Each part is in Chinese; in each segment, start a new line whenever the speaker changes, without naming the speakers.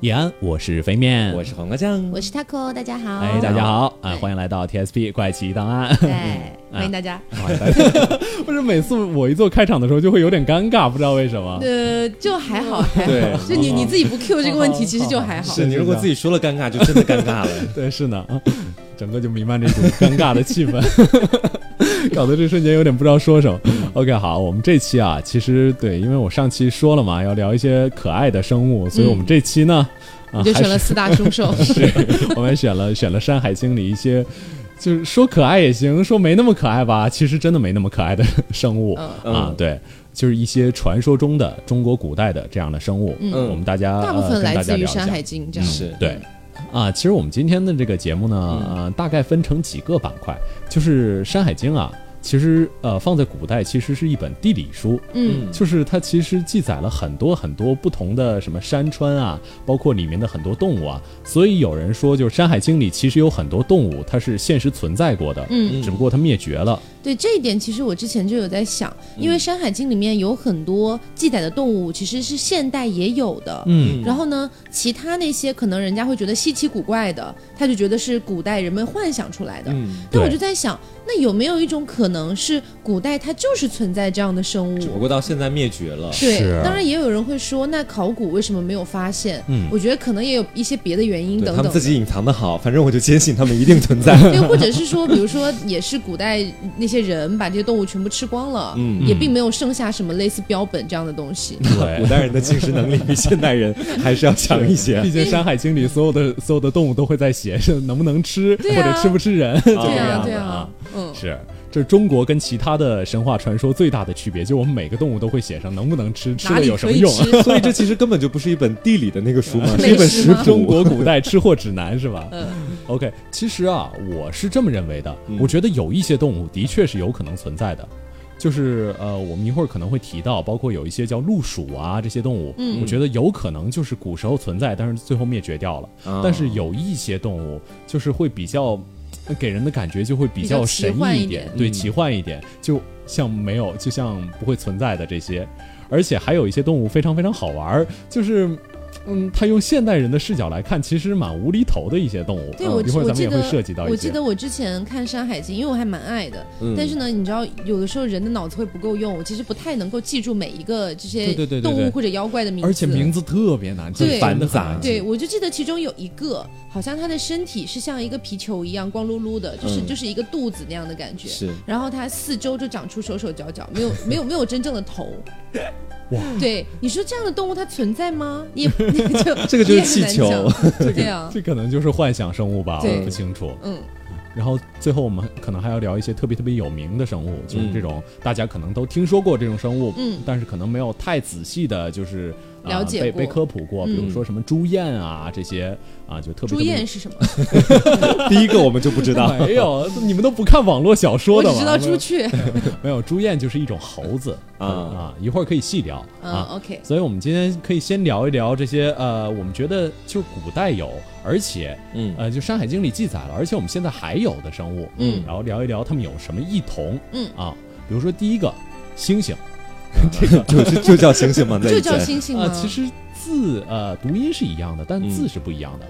叶安，我是肥面，
我是黄瓜酱，
我是 Taco，大家好。
哎，大家好啊，欢迎来到 TSP 怪奇档案。
对，欢迎大家。
不是每次我一做开场的时候就会有点尴尬，不知道为什么。
呃，就还好，还
对 嗯
好。就你你自己不 Q 这个问题，其实就还好。
是你如果自己说了尴尬，就真的尴尬 了。
对，是呢，啊整个就弥漫着一股尴尬的气氛， 搞得这瞬间有点不知道说什么。OK，好，我们这期啊，其实对，因为我上期说了嘛，要聊一些可爱的生物，所以我们这期呢，啊，
你就
还
选
是
了四大凶手，
是， 我们选了选了《山海经》里一些，就是说可爱也行，说没那么可爱吧，其实真的没那么可爱的生物、
嗯
啊，对，就是一些传说中的中国古代的这样的生物，
嗯
我们大家
大部
呃
分
跟大
来
家
自于
聊
《
一下嗯
山海经》这样。
是，
对。啊，其实我们今天的这个节目呢，
嗯
呃，大概分成几个板块，就是《山海经》啊，其实呃放在古代其实是一本地理书，
嗯，
就是它其实记载了很多很多不同的什么山川啊，包括里面的很多动物啊，所以有人说，就是《山海经》里其实有很多动物它是现实存在过的，
嗯
只不过它灭绝了，
对这一点，其实我之前就有在想，因为《山海经》里面有很多记载的动物，其实是现代也有的。
嗯
然后呢，其他那些可能人家会觉得稀奇古怪的，他就觉得是古代人们幻想出来的。
嗯，
但我
对
就在想，那有没有一种可能是古代它就是存在这样的生
只不
物？
过到现在灭绝了。
是啊
对，当然也有人会说，那考古为什么没有发现？
嗯
我觉得可能也有一些别的原因
对
等
他们
等
自己
的。
隐藏的好，反正我就坚信他们一定存 在。
对，或者是说，比如说，也是古代那些人把这些动物全部吃光了，
嗯
也并没有剩下什么类似标本这样的东西。
对
古。代人的进食能力比现代人还是要强一些
毕。竟《山海经》里所有的所有的动物都会在写是能不能吃、
对
或
啊
者吃不吃人， 这
对
个
啊
样，子
对啊，嗯，
是，这是中国跟其他的神话传说最大的区别，就是我们每个动物都会写上能不能吃，吃
哪
了
里
有什
可
么
以
用？啊
吃？
所以这其实根本就不是一本地理的那个书嘛，
美
是一本
食
食
吗
谱。
中国古代吃货指南是吧？
嗯
OK，其实啊，我是这么认为的，
嗯
我觉得有一些动物的确是有可能存在的。就是呃，我们一会儿可能会提到，包括有一些叫鹿鼠啊这些动物，
嗯
我觉得有可能就是古时候存在，但是最后灭绝掉了。
啊
但是有一些动物就是会比较，呃给人的感觉就会比较
比较奇
神
幻
异
一
点，
点
对，
嗯
奇幻一点，就像没有，就像不会存在的这些，而且还有一些动物非常非常好玩儿，就是。嗯，它用现代人的视角来看，其实蛮无厘头的一些动物。
对
嗯
我
一会儿咱
我
们
记
也会
得
涉及到一些。
我记得我之前看《山海经》，因为我还蛮爱的，
嗯
但是呢，你知道有的时候人的脑子会不够用，我其实不太能够记住每一个这些
对对对对
动
对
物或者妖怪的名字，
而且名字特别难记，
对
烦的
繁杂
对，我就记得其中有一个，好像它的身体是像一个皮球一样光噜噜的，就是、
嗯
就是一个肚子那样的感觉。
是
然后它四周就长出手手脚脚，没有没有没有真正的头。
哇！
对，你说这样的动物它存在吗？ 你也就
这个就是
你也很
气
难
球
讲对啊，
这可能就是幻想生物吧，
对
我不清楚。
嗯，
然后最后我们可能还要聊一些特别特别有名的生物，就是
嗯
这种大家可能都听说过这种生物，
嗯
但是可能没有太仔细的，就是、呃、
了解
被
过
被科普过，比如
嗯
说什么朱燕啊这些啊，就特别
朱燕是什么？
第一个我们就不知
特
道
别。没有，你们都不看网络小说
我
的吗？
只知道朱雀。
没有朱燕就是一种猴子
啊
啊，一会儿可以细聊、
嗯
啊。
，OK，
所以，我们今天可以先聊一聊这些，呃，我们觉得就是古代有，而且，
嗯
呃，就《山海经》里记载了，而且我们现在还有的生物，
嗯
然后聊一聊它们有什么异同，
嗯
啊，比如说第一个猩猩
就是嗯就叫猩猩嘛，在
就
以
叫
前。
猩猩
啊、
吗？
其实字呃读音是一样的，但
嗯
字是不一样的，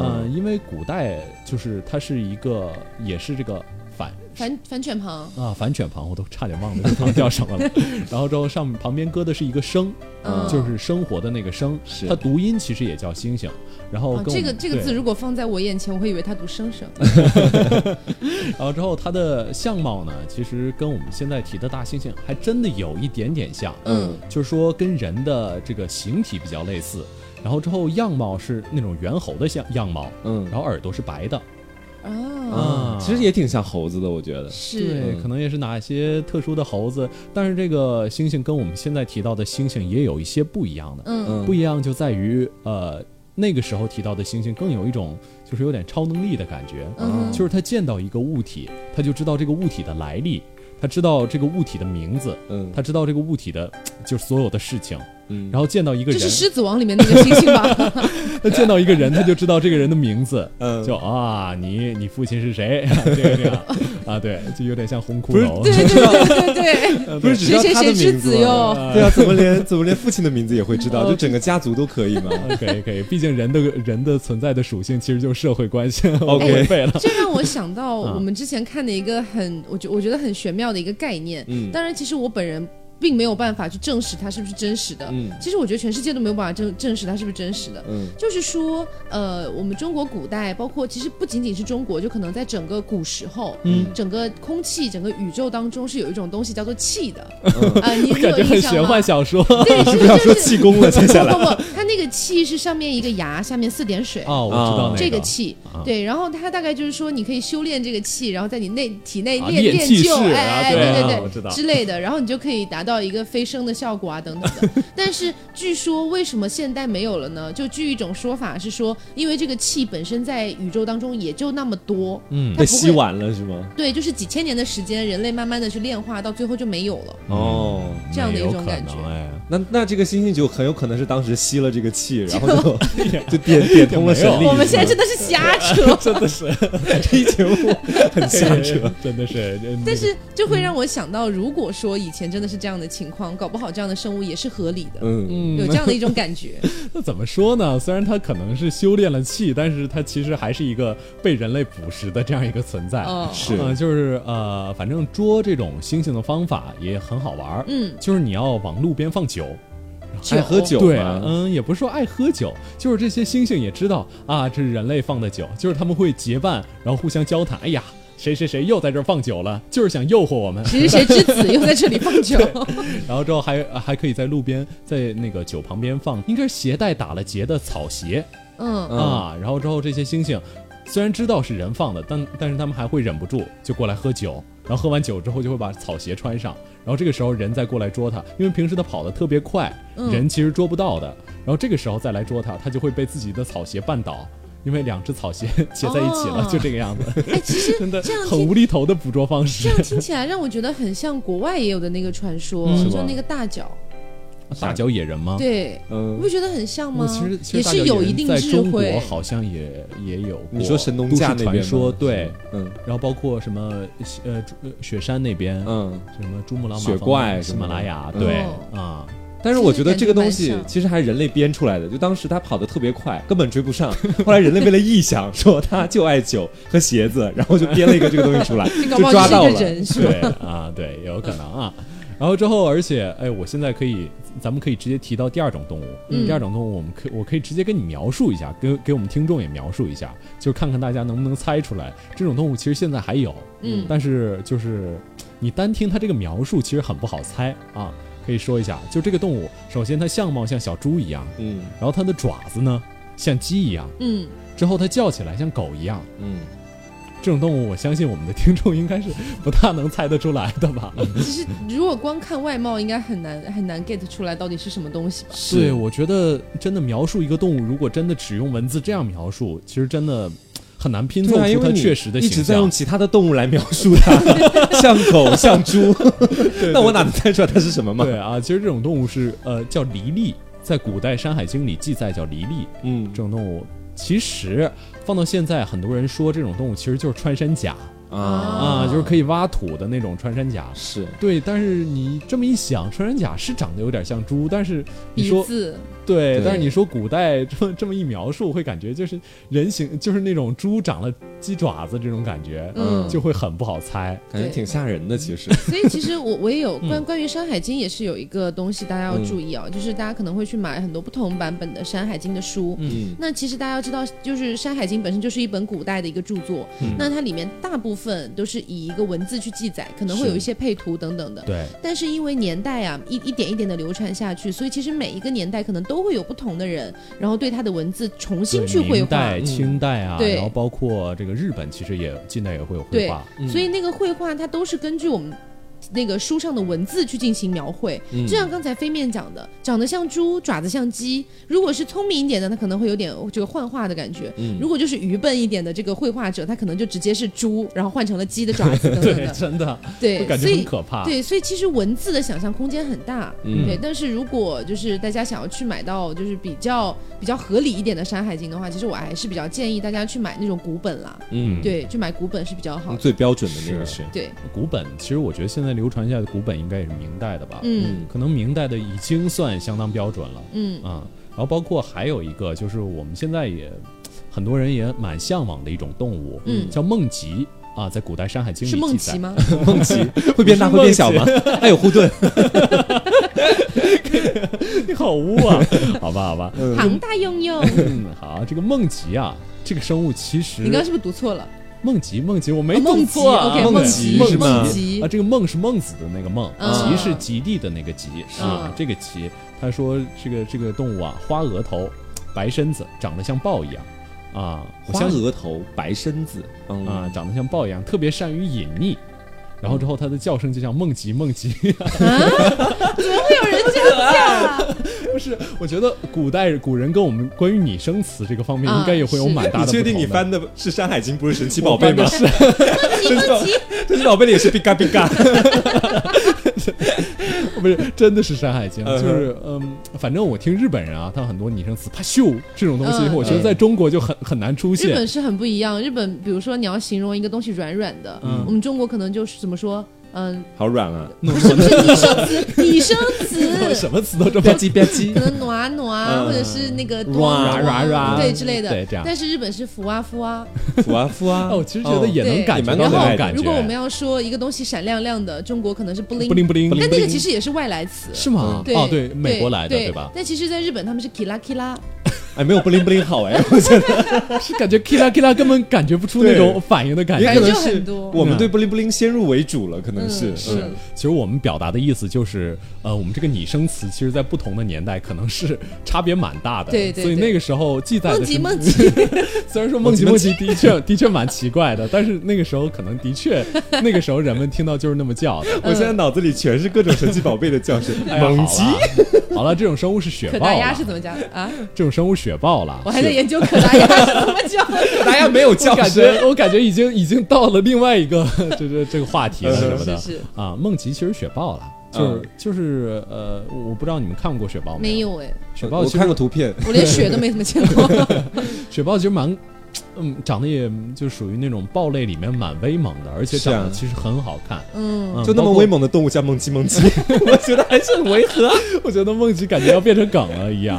啊
嗯
呃，因为古代就是它是一个也是这个反
反反犬旁，
啊反犬旁，我都差点忘了这旁叫什么 了，然后之后上面旁边搁的是一个生，
嗯，
就是生活的那个生，
是
它读音其实也叫猩猩，然后
哦
跟、我
这个
们
这个
对
字如果放在我眼前，我会以为它读 生生。
然后之后，它的相貌呢，其实跟我们现在提的大猩猩还真的有一点点像，
嗯，
就是说跟人的这个形体比较类似。然后之后样貌是那种猿猴的像样貌，
嗯
然后耳朵是白的，嗯
啊，
哦，
其实也挺像猴子的，我觉得。
是，
可能也是哪些特殊的猴子。但是这个猩猩跟我们现在提到的猩猩也有一些不一样的，
嗯，
嗯
不一样就在于呃那个时候提到的猩猩更有一种就是有点超能力的感觉，
嗯
就是他见到一个物体，他就知道这个物体的来历，他知道这个物体的名字，
嗯，
他知道这个物体的，就是所有的事情。
嗯，
然后见到一个
这
人
是，《狮子王》里面那个猩 猩吧？
那 见到一个人，他就知道这个人的名字，
嗯
就啊，你你父亲是谁？ 这个这样啊，对，就有点像红骷
不
对
髅，
对对对 对哎对，
呃不是只知道
谁谁
他的
谁之
名字
子
吗
哟
对啊，怎么连怎么连父亲的名字也会知道？
哦
就整个家族都可以吗？
啊可以可以，毕竟人的人的存在的属性其实就是社会关系，我
OK
违背了，
这让我想到
啊
我们之前看的一个很，我觉我觉得很玄妙的一个概念。
嗯
当然，其实我本人并没有办法去证实它是不是真实的。
嗯
其实我觉得全世界都没有办法证证实它是不是真实的。
嗯
就是说，呃，我们中国古代，包括其实不仅仅是中国，就可能在整个古时候，
嗯
整个空气、整个宇宙当中是有一种东西叫做气的，
嗯，
啊，你
我
你
感
有
觉很
印象
玄
吗
幻？小说
对，是
不要说
就是
气功了，接下 来
不不，它那个气是上面一个牙，下面四点水。
哦，我知道
啊
那
这个
个
气
啊，
对，然后它大概就是说，你可以修炼这个气，然后在你内体内
啊
练
练
练
气
就，
势啊
哎，
对
对
啊
嗯
对
我知道
对，之类的，然后你就可以达到一个飞升的效果啊，等等 的。但是据说为什么现代没有了呢？就据一种说法是说，因为这个气本身在宇宙当中也就那么多，
嗯
它
被
不
吸
会，
完了是吗？
对，就是几千年的时间，人类慢慢的去炼化，到最后就没有了。
哦，
这样的一
有
种
可
感觉
能哎，
那那这个猩猩就很有可能是当时吸了这个气，然后就 就点点通了神
没
力。
有
我们现在真的是瞎扯，
真的是哎
这一节目很瞎 扯。，
真的是，嗯
但是就会让我想到，如果说以前真的是这样的情况，搞不好这样的生物也是合理的，
嗯，
有这样的一种感 觉。
嗯那怎么说呢？虽然它可能是修炼了气，但是它其实还是一个被人类捕食的这样一个存在。
哦，
是
呃就是呃，反正捉这种猩猩的方法也很好玩儿，
嗯，
就是你要往路边放酒。
爱 喝酒
对，
嘛，
嗯，也不是说爱喝酒，就是这些猩猩也知道啊，这是人类放的酒，就是他们会结伴，然后互相交谈。哎呀，谁谁谁又在这儿放酒了，就是想诱惑我们。
谁谁谁之子又在这里放酒，
然后之后还还可以在路边，在那个酒旁边放，应该是鞋带打了结的草鞋，
嗯，
啊，然后之后这些猩猩虽然知道是人放的，但但是他们还会忍不住就过来喝酒，然后喝完酒之后就会把草鞋穿上，然后这个时候人再过来捉它，因为平时它跑得特别快，
嗯
人其实捉不到的，然后这个时候再来捉它，它就会被自己的草鞋绊倒。因为两只草鞋 结在一起了，
哦
就这个样子，
哎，其实
真的
这样
很
听
无厘头的捕捉方式
这。样听起来让我觉得很像国外也有的那个传说
嗯，
是吧
就那个大脚，
大脚野人吗？
对，你
嗯
不，觉得很像
我
吗
其实？其
也
实大脚
是
野
有一
人
定
在
智
中国
慧，
好像也也有过。
你说神农架
都市
那
传
边
说
吗
对，，
嗯
然后包括什么呃朱呃雪山那边，
嗯。
什么珠穆朗玛
雪
峰啊
怪
喜
什么
马拉
的
雅，
嗯
对
哦
啊，
但是我觉得这个东
其
西
实感觉蛮像
其实还是人类编出来的，就当时他跑得特别快，根本追不上。 后来人类为了臆想，说他就爱酒和鞋子，然后就编了一个这个东西出 来，
这
就
搞不好
抓
是
到了
一个。人，是吧？
对啊，对，有可能啊。然后之后，而且，哎，我现在可以，咱们可以直接提到第二种动物。
嗯
第二种动物，我们可我可以直接跟你描述一下，跟给我们听众也描述一下，就是看看大家能不能猜出来。这种动物其实现在还有，
嗯
但是就是你单听它这个描述，其实很不好猜啊。可以说一下，就这个动物，首先它相貌像小猪一样，
嗯
然后它的爪子呢像鸡一样，
嗯，
之后它叫起来像狗一样。
嗯，
这种动物，我相信我们的听众应该是不大能猜得出来的吧？
嗯
嗯
其实如果光看外貌，应该很难很难 get 出来到底是什么东西吧？
对，我觉得真的描述一个动物，如果真的只用文字这样描述，其实真的很难拼凑
对啊，因
出
为
它
你
确实的
一直
形
在
象
用。其他的动物来描述它，像狗像 猪， 那我哪能猜出来它是什么嘛？
对啊，其实这种动物是呃叫狸狸，在古代《山海经》里记载叫狸狸。
嗯
这种动物其实放到现在，很多人说这种动物其实就是穿山甲啊，就是可以挖土的那种穿山甲。
是
对，但是你这么一想，穿山甲是长得有点像猪，但是你
鼻
说
子，
对，
对
但是你说古代这么这 么一描述，会感觉就是人形，就是那种猪长了鸡爪子这种感觉，
嗯，
就会很不好猜。
感觉
对
挺吓人的，其 实。
所以其实我我也有关
嗯
关于《山海经》也是有一个东西大家要注意啊，就是大家可能会去买很多不同版本的《山海经》的书。
嗯
那其实大家要知道，就是《山海经》本身就是一本古代的一个著作，
嗯
那它里面大部分都是以一个文字去记载，可能会
是
有一些配图等等的。
对，
但是因为年代啊，一一点一点的流传下去，所以其实每一个年代可能都会有不同的人，然后对它的文字重新去
对
绘
明
画。
代、
嗯
清代啊，
对
然后包括这个日本，其实也近代也会有绘
对
画。
嗯
所以那个绘画它都是根据我们那个书上的文字去进行描绘。
嗯
嗯
就像刚才飞面讲的，长得像猪，爪子像鸡。如果是聪明一点的，他可能会有点这个幻化的感
嗯
觉；如果就是愚笨一点的这个绘画者，他可能就直接是猪，然后换成了鸡的爪子等等
对，
的。
真的，
对
我，感
所
觉很
以
可怕。
对，所以其实文字的想象空间很大，
嗯
对。但是如果就是大家想要去买到就是比较比较合理一点的《山海经》的话，其实我还是比较建议大家去买那种古本啦，
嗯，
对，去买古本是比较好的，
最标准的那个
是
是，
对，
古本，其实我觉得现在流传下来的古本应该也是明代的吧？，
嗯
可能明代的已经算相当标准了。
嗯
啊、然后包括还有一个就是我们现在也很多人也蛮向往的一种动物，
嗯
叫梦吉啊，在古代《山海经》
是
里
梦
记
琪
载。
吗？
梦 琪会变大会变小吗？ 还有护盾，
你 好污啊！ 好吧，好吧，
庞大 拥有，
嗯，好，这个梦吉啊，这个生物其实
你刚刚是不是读错了？
梦吉，梦吉，我没
哦
弄
梦吉
错啊、
，OK，
梦
琪
琪
梦
是吗
梦琪
啊，，这个梦是孟子的那个孟，
嗯
极是极地的那个极，啊
嗯，
这个极。他说这个这个动物啊，花额头，白身子，长得像豹一样，啊，我
花
相信
额头白身子，嗯
啊，长得像豹一样，特别善于隐匿。然后之后，它的叫声就像梦极梦极，
会有人这样 叫？
不是？我觉得古代古人跟我们关于拟声词这个方面，
啊
应该也会有
是
蛮大的
哎你
不
确定你
同的
翻的是《山海经》，不是《神奇
我
宝贝》
翻 的
吗？
是
梦琪，梦琪，
神奇宝贝里也是 “biga biga”，
不是？真的是《山海经》，
嗯
就是嗯，反正我听日本人啊，他很多拟声词“啪咻”这种东西，
嗯
我觉得
嗯
在中国就很很难出
日
现。
本是很不一样。日本，比如说你要形容一个东西软软的，
嗯
我们中国可能就是怎么说？嗯，
好软啊！
不是不是拟声词，拟声词，
什么词都这么
吧唧吧唧
可能暖暖啊
嗯
或者是那个
软
啊
软软
对之类的。
对这样
但是日本是福啊福啊，
扶啊扶啊！
哦，我其实觉得也
对
能感觉
也蛮
到
可
那
爱
种
的
感觉。
如果我们要说一个东西闪亮亮的，中国可能是不灵
不灵不灵，
但那个其实也是外来词。
是
嗯
吗？
对
哦，对，美国来的
对
对吧？
但其实，在日本他们是 kila kila，
哎，没有不灵不灵好 哎，我觉得
是感觉 kila kila 根本感觉不出那种反应的感
也
觉
可。能
感觉
是
很多
我们对不灵不灵先入为主了，可能是
嗯是
嗯
其实我们表达的意思就是，呃，我们这个拟声词，其实在不同的年代可能是差别蛮大的。
对对
所以
对
那个时候记载
梦
的
吉
是，
梦吉，
虽然说梦吉梦
梦
吉
吉
的确的确蛮奇怪的，但是那个时候可能的确，那个时候人们听到就是那么叫的。
我现在脑子里全是各种神奇宝贝的叫 声，
哎呀
猛击！
好了，好了，这种生物是雪
可
豹
达鸭
了
是，怎么讲的 啊？
这种生物雪豹了。
我还在研究可达鸭是怎么 讲的。
大家没有叫
我感
声，
觉我感觉已经已经到了另外一个这这这个话题了
嗯
什么的
是是
啊。梦琪其实雪豹了，就是、就是呃，我不知道你们看过雪豹
没
有？
有哎，
雪豹
我
其
看
实
过图片，
我连雪都没怎么见 过。
雪豹其实蛮。嗯，长得也就属于那种豹类里面蛮威猛的，而且
是啊
长得其实很好看，
嗯，
嗯
就那么威。猛的动物叫梦姬梦姬， 我觉得还是很违和。
包括 我觉得梦琪感觉要变成梗了一样。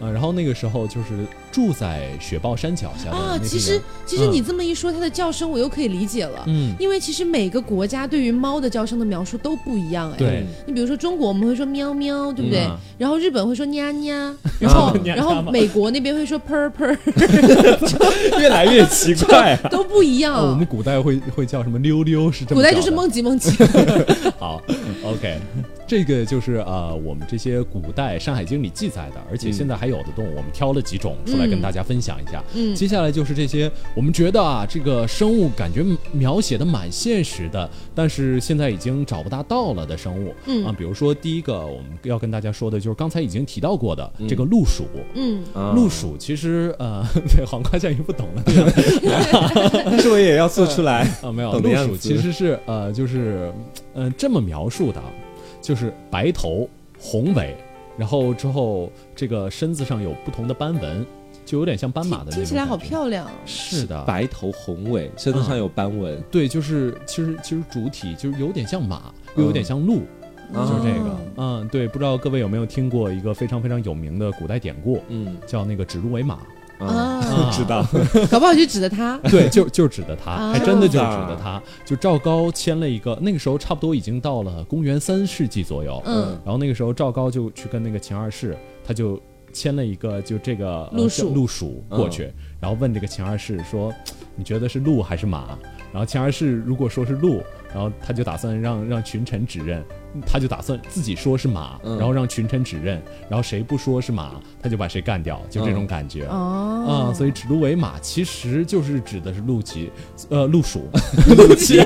啊，然后那个时候就是住在雪豹山脚下的
啊
那，批
其实
人
其实
嗯
你这么一说，它的叫声我又可以理解了。
嗯，
因为其实每个国家对于猫的叫声的描述都不一样哎。
对，
你比如说中国我们会说喵喵，对不对？
嗯啊
然后日本会说 nha nha，然后、
nha
然后
吗
美国那边会说 purr purr，
越来越奇 怪啊。
都不一样。
啊我们古代会会叫什么溜溜是这么
古代
叫
就是
的
梦吉 梦吉，
好，OK，这个就是呃，我们这些古代《山海经》里记载的，而且现在还有的动物，我们挑了几种出来跟大家分享一下。
嗯
接下来就是这些我们觉得啊，这个生物感觉描写的蛮现实的，但是现在已经找不大到了的生物。
嗯
啊，比如说第一个我们要跟大家说的就是刚才已经提到过的这个鹿鼠。
嗯，
啊
鹿鼠其实呃， 对黄瓜酱已经不懂了。
但是我也要做出来。
啊，没有，
懂的
鹿
样
鼠
子
其实是呃，就是嗯、呃这么描述的啊，就是白头红尾，然后之后这个身子上有不同的斑纹，就有点像斑马的那种
听起来好
感觉。
漂亮。啊
是的，
白头红尾，身子上有斑纹，
对，就是其实其实主体就是有点像马，又有点像鹿，
嗯
就是这个
哦。
嗯，对，不知道各位有没有听过一个非常非常有名的古代典故，
嗯
叫那个指鹿为马。
啊，
啊，
知道。
搞不好就指 的他。
对，就就指的他，
啊
还真的就指的他。就赵高签了一个，那个时候差不多已经到了公元三世纪左右。
嗯
然后那个时候赵高就去跟那个秦二世，他就签了一个就这个呃
陆
叫
蜀
陆蜀过去，然后问这个秦二世说，你觉得是鹿还是马？然后秦二世如果说是鹿，然后他就打算让让群臣指认，他就打算自己说是马，
嗯
然后让群臣指认，然后谁不说是马，他就把谁干掉，就这种感觉。
哦
啊，所以指鹿为马其实就是指的是陆骑，呃，陆鼠
陆 琪，陆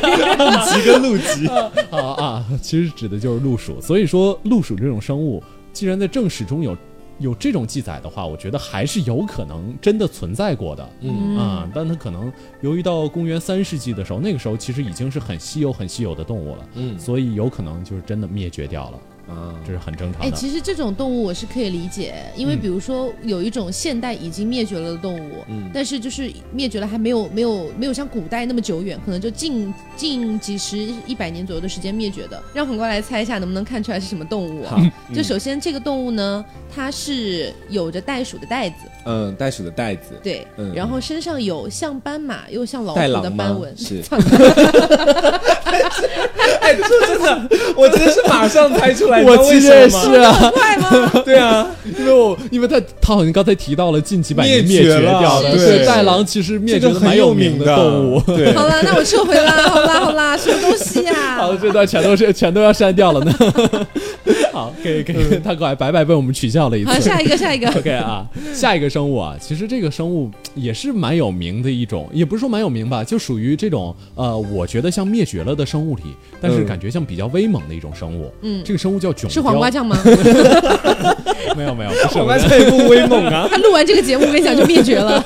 琪跟陆琪，
啊啊，其实指的就是陆鼠。所以说，陆鼠这种生物，既然在正史中有有这种记载的话，我觉得还是有可能真的存在过的。
嗯
啊，但它可能由于到公元三世纪的时候，那个时候其实已经是很稀有、很稀有的动物了，
嗯
所以有可能就是真的灭绝掉了，
啊，
这是很正常
哎，
的。
其实这种动物我是可以理解，因为
嗯
比如说有一种现代已经灭绝了的动物，
嗯
但是就是灭绝了还没有没有没有像古代那么久远，可能就近近几十一百年左右的时间灭绝的。让孔哥来猜一下，能不能看出来是什么动物啊？
好，
就首先这个动物呢，它是有着袋鼠的袋子，
嗯，袋鼠的袋子，
对，
嗯
然后身上有像斑马又像老
袋
虎的
狼
斑
吗
纹，，
是
对
哎，这真的，我真的是马上猜出来，你知
我
道
其
为
实也
什么吗
是啊，
快吗？
对啊，
因为我因为他他好像刚才提到了近几百年
灭
灭
绝
绝
了
掉的，
是
对，
是
袋
是
狼其实灭
这
绝
个
得
很
蛮
有
有名
名
的
的
动物。
对
好了，那我撤回啦，好啦好啦，什么东西啊呀、
好，这段全都是全都要删掉了呢。好，给给他过来白白被我们取笑了一
好，
次。
下一个，下一个，
OK 啊，下一个生物啊，其实这个生物也是蛮有名的一种，也不是说蛮有名吧，就属于这种呃，我觉得像灭绝了的生物体，但是
嗯
感觉像比较威猛的一种生物。
嗯
这个生物叫囧
是黄瓜
酱？
酱吗？
没有没有，不是
我发现一部威猛啊，
他录完这个节目，我跟你讲就灭绝 了。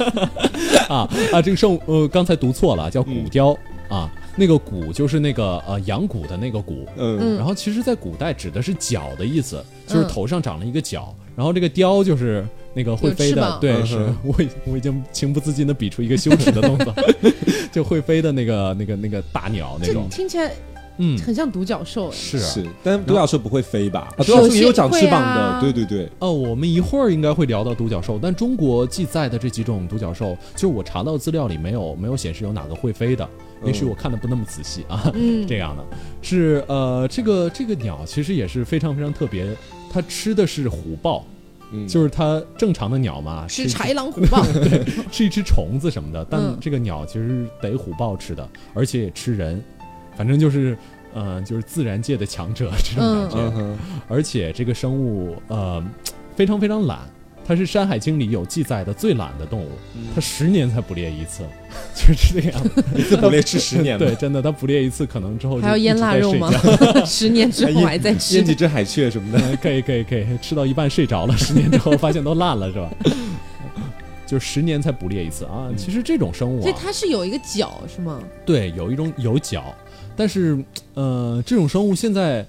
啊啊，这个生物呃，刚才读错了，叫
嗯
骨雕、啊，那个骨就是那个呃羊骨的那个骨，
嗯
嗯
然后其实，在古代指的是角的意思，就是
嗯
头上长了一个角，然后这个雕就是那个会
有
飞
翅
的，
膀
对，
嗯
是
哼
我已我已经情不自禁的比出一个羞耻的动作， 就会飞的那个那个那个大鸟那
这
种，
听起来
嗯，
很像独角兽 哎。
是啊
是，但独角兽不会飞吧？啊，
是
独角兽也有长翅膀
会
的，
啊
对对对，
哦，我们一会儿应该会聊到独角兽，但中国记载的这几种独角兽，就是我查到资料里没有没有显示有哪个会飞的，也许
嗯
我看的不那么仔细啊，
嗯，
这样的，是呃，这个这个鸟其实也是非常非常特别，它吃的是虎豹，
嗯，
就是它正常的鸟嘛，是
是
一只
豺狼 虎豹。
是一只虫子什么的，但
嗯
这个鸟其实是逮虎豹吃的，而且也吃人，反正就是。呃，就是自然界的强者这种感觉，
嗯哼，
而且这个生物呃非常非常懒，它是《山海经》里有记载的最懒的动物，它十年才捕猎一次， 就是这样。
一次捕猎吃十年嘛
对，，真的，它捕猎一次可能之后就
还要
一
腌
直
腊
在
肉
睡
吗
觉？
十年之后还在吃
腌。几只海雀什么 的，
可以可以可以，吃到一半睡着了，十 年之后发现都烂了是 吧？就十年才捕猎一次啊！
嗯
其实这种生物、
所以
啊，
它是有一个角是吗？
对有一种有角，但是呃，这种生物现在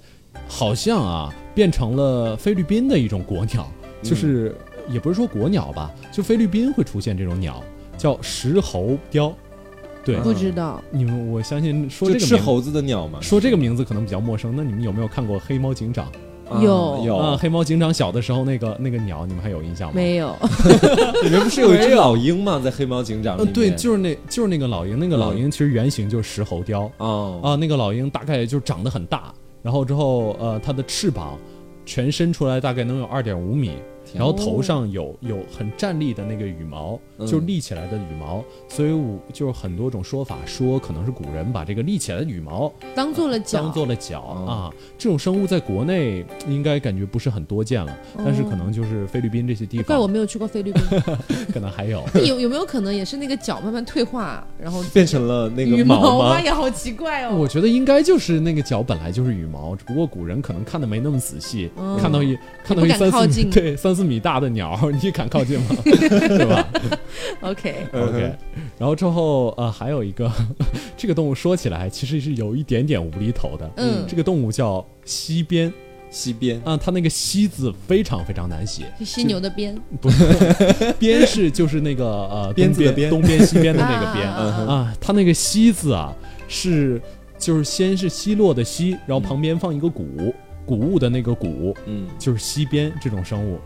好像啊变成了菲律宾的一种国鸟，
嗯
就是、也不是说国鸟吧，就菲律宾会出现这种鸟，叫石猴雕。对，
嗯
不知道。
你们我相信说
就
这个
吃
名
猴子的鸟嘛，
说这个名字可能比较陌生，那你们有没有看过《黑猫警长》？
啊
有
啊，
有，
黑猫警长小的时候那个那个鸟，你们还有印象吗？
没有，
里面不是 有一只老鹰吗？在黑猫警长里
呃，
面，
对，就是那就是那个老鹰，那个老鹰其实原型就是石猴雕
哦，
啊，那个老鹰大概就长得很大，然后之后呃，它的翅膀全伸出来大概能有二点五米，然后头上有有很站立的那个羽毛，就
嗯
立起来的羽毛，所以我就是很多种说法说可能是古人把这个立起来的羽毛
当做了角。
当做了脚啊
哦，
这种生物在国内应该感觉不是很多见了，但是可能就是菲律宾这些地
哦怪我
方
没有去过菲 律宾。
可能还有。
那有有没有可能也是那个角慢慢退化，然后
变成了那
羽
个
毛
吗？
也好奇怪哦。
我觉得应该就是那个脚本来就是羽毛，只不过古人可能看的没那么仔细，
嗯
看到一看到
不
一
敢
三
靠
四米
近
对三四米大的鸟， 你敢靠近吗？对吧
OK，
嗯
？OK，然后 之后呃还有一个 这个动物说起来其实是有一点点无厘头的，
嗯
这个动物叫犀鞭
西边
啊，它那个犀字非常非常难写，
是犀牛的鞭。
不是鞭是就是那个呃
鞭子的
东边
鞭
东边西边的那
啊
个鞭，
啊啊啊
啊，它那个西字啊，是就是先是西落的西，然后旁边放一个谷，谷物的那个谷，
嗯
就是西边这种生物。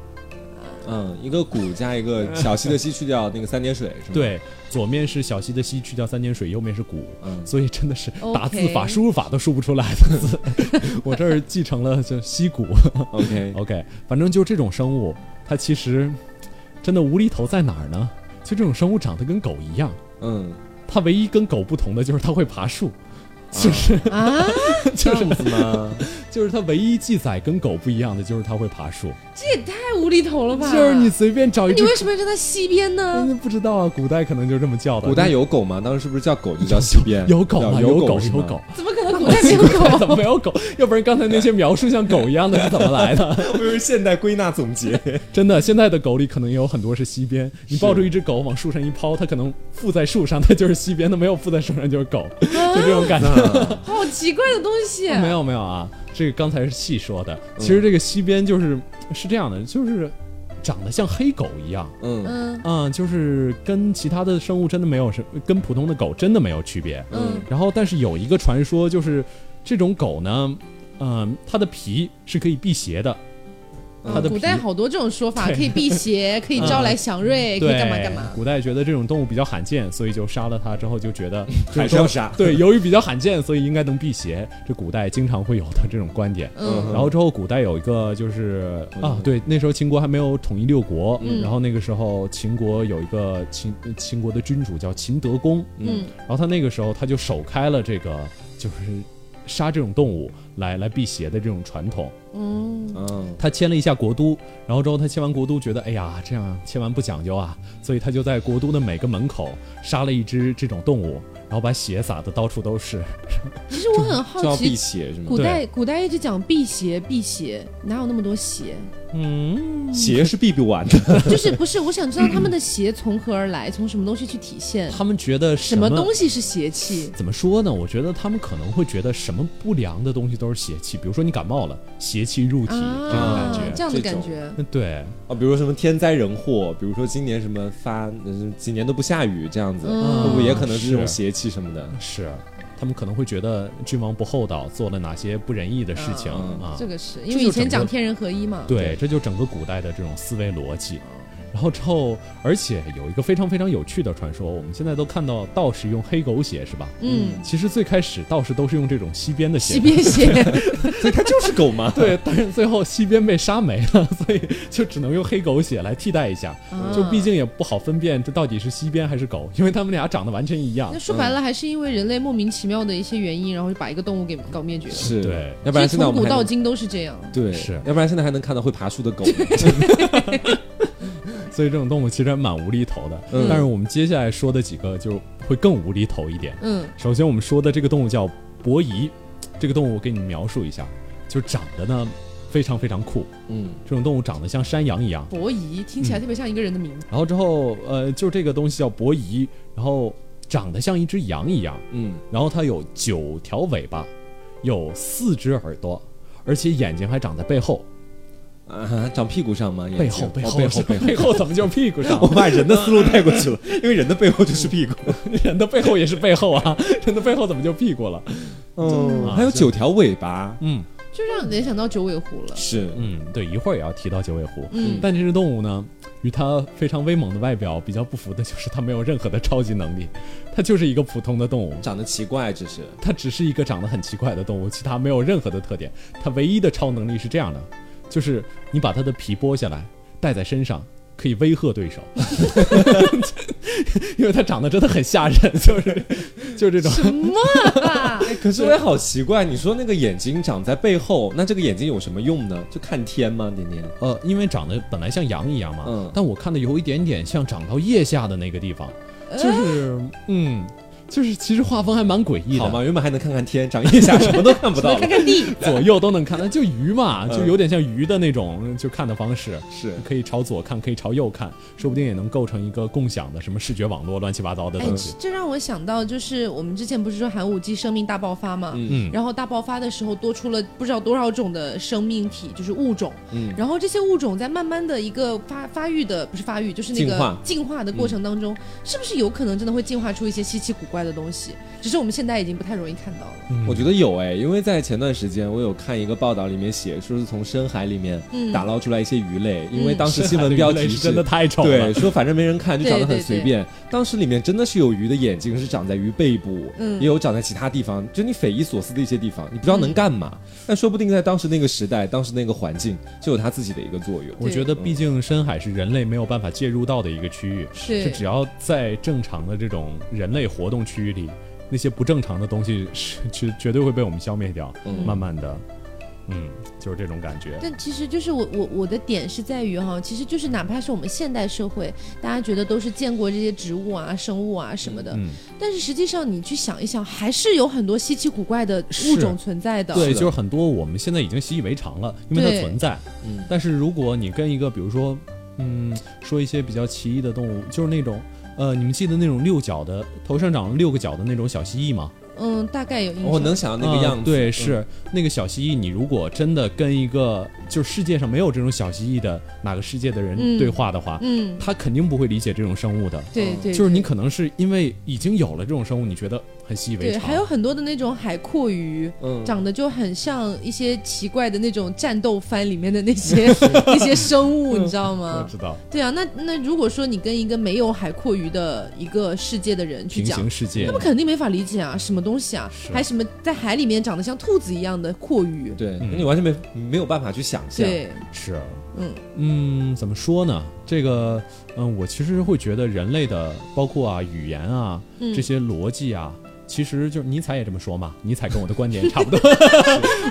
嗯，一个鼓加一个小溪的溪去掉那个三点水是吗？，
对，左面是小溪的溪，去掉三点水，右面是谷。
嗯，
所以真的是
OK
打字法、输入法都输不出来的字，我这儿继承了就西谷。
OK，
OK，反正就这种生物，它其实真的无厘头在哪儿呢？就这种生物长得跟狗一样，
嗯，
它唯一跟狗不同的就是它会爬树。就是
啊，
这样子吗？
就是它唯一记载跟狗不一样的就是它会爬树，
这也太无厘头了吧！
就是你，随便找一
你
只，
为什么要叫它西边呢？
嗯不知道啊，古代可能就这么叫的。
古代有狗吗？当时是不是叫狗就叫西 边？
有狗
叫
吗？
有
狗，
是
有
吗
狗。，
怎么可能古代没有狗？
怎么没有狗？要不然刚才那些描述像狗一样的是怎么来 的？
我以为是现代归纳 总结。
真的，现在的狗里可能也有很多是西边。你抱住一只狗往树上一抛，它可能附在树上，它就是西边；它没有附在树上就是 狗，就这种感觉。
好奇怪的东西。
没有没有啊，这个刚才是细说的。
嗯
其实这个西边就是是这样的，就是长得像黑狗一样，
嗯
嗯
嗯，就是跟其他的生物真的没有什，跟普通的狗真的没有区别。
嗯
然后，但是有一个传说，就是这种狗呢，嗯、它的皮是可以辟邪的，它的皮
嗯古代好多这种说法，
对
可以辟邪，可以招来祥瑞，可
对
以干嘛干嘛。
古代觉得这种动物比较罕见，所以就杀了它之后就觉得
还是要杀
对，由于比较罕见，所以应该能辟邪，这古代经常会有的这种观点。
嗯
然后之后，古代有一个就是啊，对，那时候秦国还没有统一六国，
嗯
然后那个时候秦国有一个秦呃秦国的君主叫秦德公，
嗯
然后他那个时候他就首开了这个就是杀这种动物来来辟邪的这种传统。
嗯，
嗯，
他迁了一下国都，然后之后他迁完国都，觉得哎呀，这样迁完不讲究啊，所以他就在国都的哎每个门口杀了一只这种动物，然后把血撒的到处都是。
其实我很
就
好
要辟
奇，
邪是吗
古？代古代一直讲辟邪辟邪，哪有那么多邪？
嗯，
邪是避不完的，
就是不是？我想知道他们的邪从何而来，从什么东西去体现？
他们觉得
什么
么
东西是邪气？
怎么说呢？我觉得他们可能会觉得什么不良的东西都是邪气，比如说你感冒了，邪气入体、这种感
啊
觉，。
这样的
这
感
种
觉。
嗯对，
啊，比如说什么天灾人祸，比如说今年什么发嗯几年都不下雨这样子，
嗯
会不会也可能是这种
是
邪气什么的？
是。他们可能会觉得君王不厚道，做了哪些不仁义的事情
嗯
啊？
这个是
这
因为
就
以前
整
讲
个
天人合一嘛。
对，这就整个古代的这种思维逻辑。然后之后，而且有一个非常非常有趣的传说，我们现在都看到道士用黑狗血是吧？
嗯，
其实最开始道士都是用这种西边的血，
西边邪。
所以它就是狗 嘛。
对，但是最后西边被杀没了， 所以就只能用黑狗血来替代一下。
啊
就毕竟也不好分辨这到底是西边还是狗，因为它们俩长得完全一样
那。说白了，还是因为人类莫名其妙的一些原因，然后就把一个动物给搞灭绝了。
是，
对
要不然现
其实
在
从
我们
古
还
到
能
今都是这样。
对
是
要不然现在还能看到会爬树的 狗。
所以这种动物其实还蛮无厘头的。
嗯
但是我们接下来说的几个就会更无厘头一点。
嗯
首先我们说的这个动物叫伯夷，这个动物我给你描述一下，就长得呢非常非常酷，
嗯，
这种动物长得像山羊一样。
伯夷听起来特别像一个人的名字。
然后之后，呃，就这个东西叫伯夷，然后长得像一只羊一样，
嗯，
然后它有九条尾巴，有四只耳朵，而且眼睛还长在背后，
啊，长屁股上吗？眼
背
睛
后背
哦
后
背后背后。
背后怎么就是屁股上
我？把人的思路带过去了，因为人的背后就是屁股。
人的背后也是背后啊，人的背后怎么就屁股了？
嗯
啊
还有九条尾巴。
嗯
就让联想到九尾狐了。
是，
嗯，对，一会儿也要提到九尾狐。
嗯
但这只动物呢，与它非常威猛的外表比较不符的就是它没有任何的超级能力，它就是一个普通的动物。
长得奇怪，只是
它只是一个长得很奇怪的动物，其他没有任何的特点。它唯一的超能力是这样的，就是你把它的皮剥下来，带在身上。可以威吓对手， 因为它长得真的很吓人，就是就是这种
什么啊？
哎可是我也好奇怪，你说那个眼睛长在背后，那这个眼睛有什么用呢？就看天吗？点点，
呃，因为长得本来像羊一样嘛，
嗯
但我看的有一点点像长到腋下的那个地方，
呃
就是、嗯，就是其实画风还蛮诡异
好
的，
吗？原本还能看看天，长腋下什么都看不到
来看
了。
看地。
左右都能看，那就鱼嘛，
嗯
就有点像鱼的那种就看的方式，
是
可以朝左看，可以朝右看，说不定也能构成一个共享的什么视觉网络乱七八糟的
嗯
哎
东西。，
这让我想到，就是我们之前不是说寒武纪生命大爆发嘛，
嗯
然后大爆发的时候多出了不知道多少种的生命体，就是物种，
嗯
然后这些物种在慢慢的一个发发育的不是发育，就是那
进化
个进化的过程当中，是不是有可能真的会进化出一些稀奇古怪的东西？只是我们现在已经不太容易看到了。
我觉得有哎，因为在前段时间我有看一个报道，里面写说是从深海里面
嗯
打捞出来一些鱼类，因为当时
深
新
海的
闻
鱼
标
类
题
是真的太丑了
对，，说反正没人看，就
对
长得
对
很
对
随便。当时里面真的是有鱼的眼睛是长在鱼背部，
嗯
也有长在其他地方，就你匪夷所思的一些地方，你不知道能干嘛。但说不定在当时那个时代，当时那个环境就有它自己的一个作用。
我觉得毕竟深海是人类没有办法介入到的一个区域，
是
是只要在正常的这种人类活动区域里，那些不正常的东西是绝绝对会被我们消灭掉，
嗯
慢慢的，嗯，就是这种感觉。
但其实就是我我我的点是在于哈，其实就是哪怕是我们现代社会，大家觉得都是见过这些植物啊、生物啊什么的，
嗯，
但是实际上你去想一想，还是有很多稀奇古怪的物
是
种存在的。
对，
是的
就是很多我们现在已经习以为常了，因为它
对
存在。
嗯
但是如果你跟一个，比如说，嗯，说一些比较奇异的动物，就是那种，呃，你们记得那种六角的，头上长了六个角的那种小蜥蜴吗？
嗯，大概有印象。
哦我能想到那个样子，
嗯对，
嗯
是那个小蜥蜴。你如果真的跟一个就是世界上没有这种小蜥蜴的哪个世界的人
嗯
对话的话，
嗯，
他肯定不会理解这种生物的。
对
嗯
对，
就是你
对
可能是因为已经有了这种生物，你觉得很习以为
对，
常。
还有很多的那种海阔鱼。
嗯，
长得就很像一些奇怪的那种战斗番里面的那些 那些生物，你知道
我
吗？
知道
对啊，那那如果说你跟一个没有海阔鱼的一个世界的人去
平
讲，嗯
行世界
他，们肯定没法理解啊，什么东西啊
嗯是，
还什么在海里面长得像兔子一样的阔鱼，
对，
嗯
你完全没没有办法去想象，
对，
是，
嗯
嗯，怎么说呢？这个，嗯，我其实会觉得人类的，包括啊语言啊
嗯
这些逻辑啊，其实就是尼采也这么说 嘛。尼采跟我的观点差不多，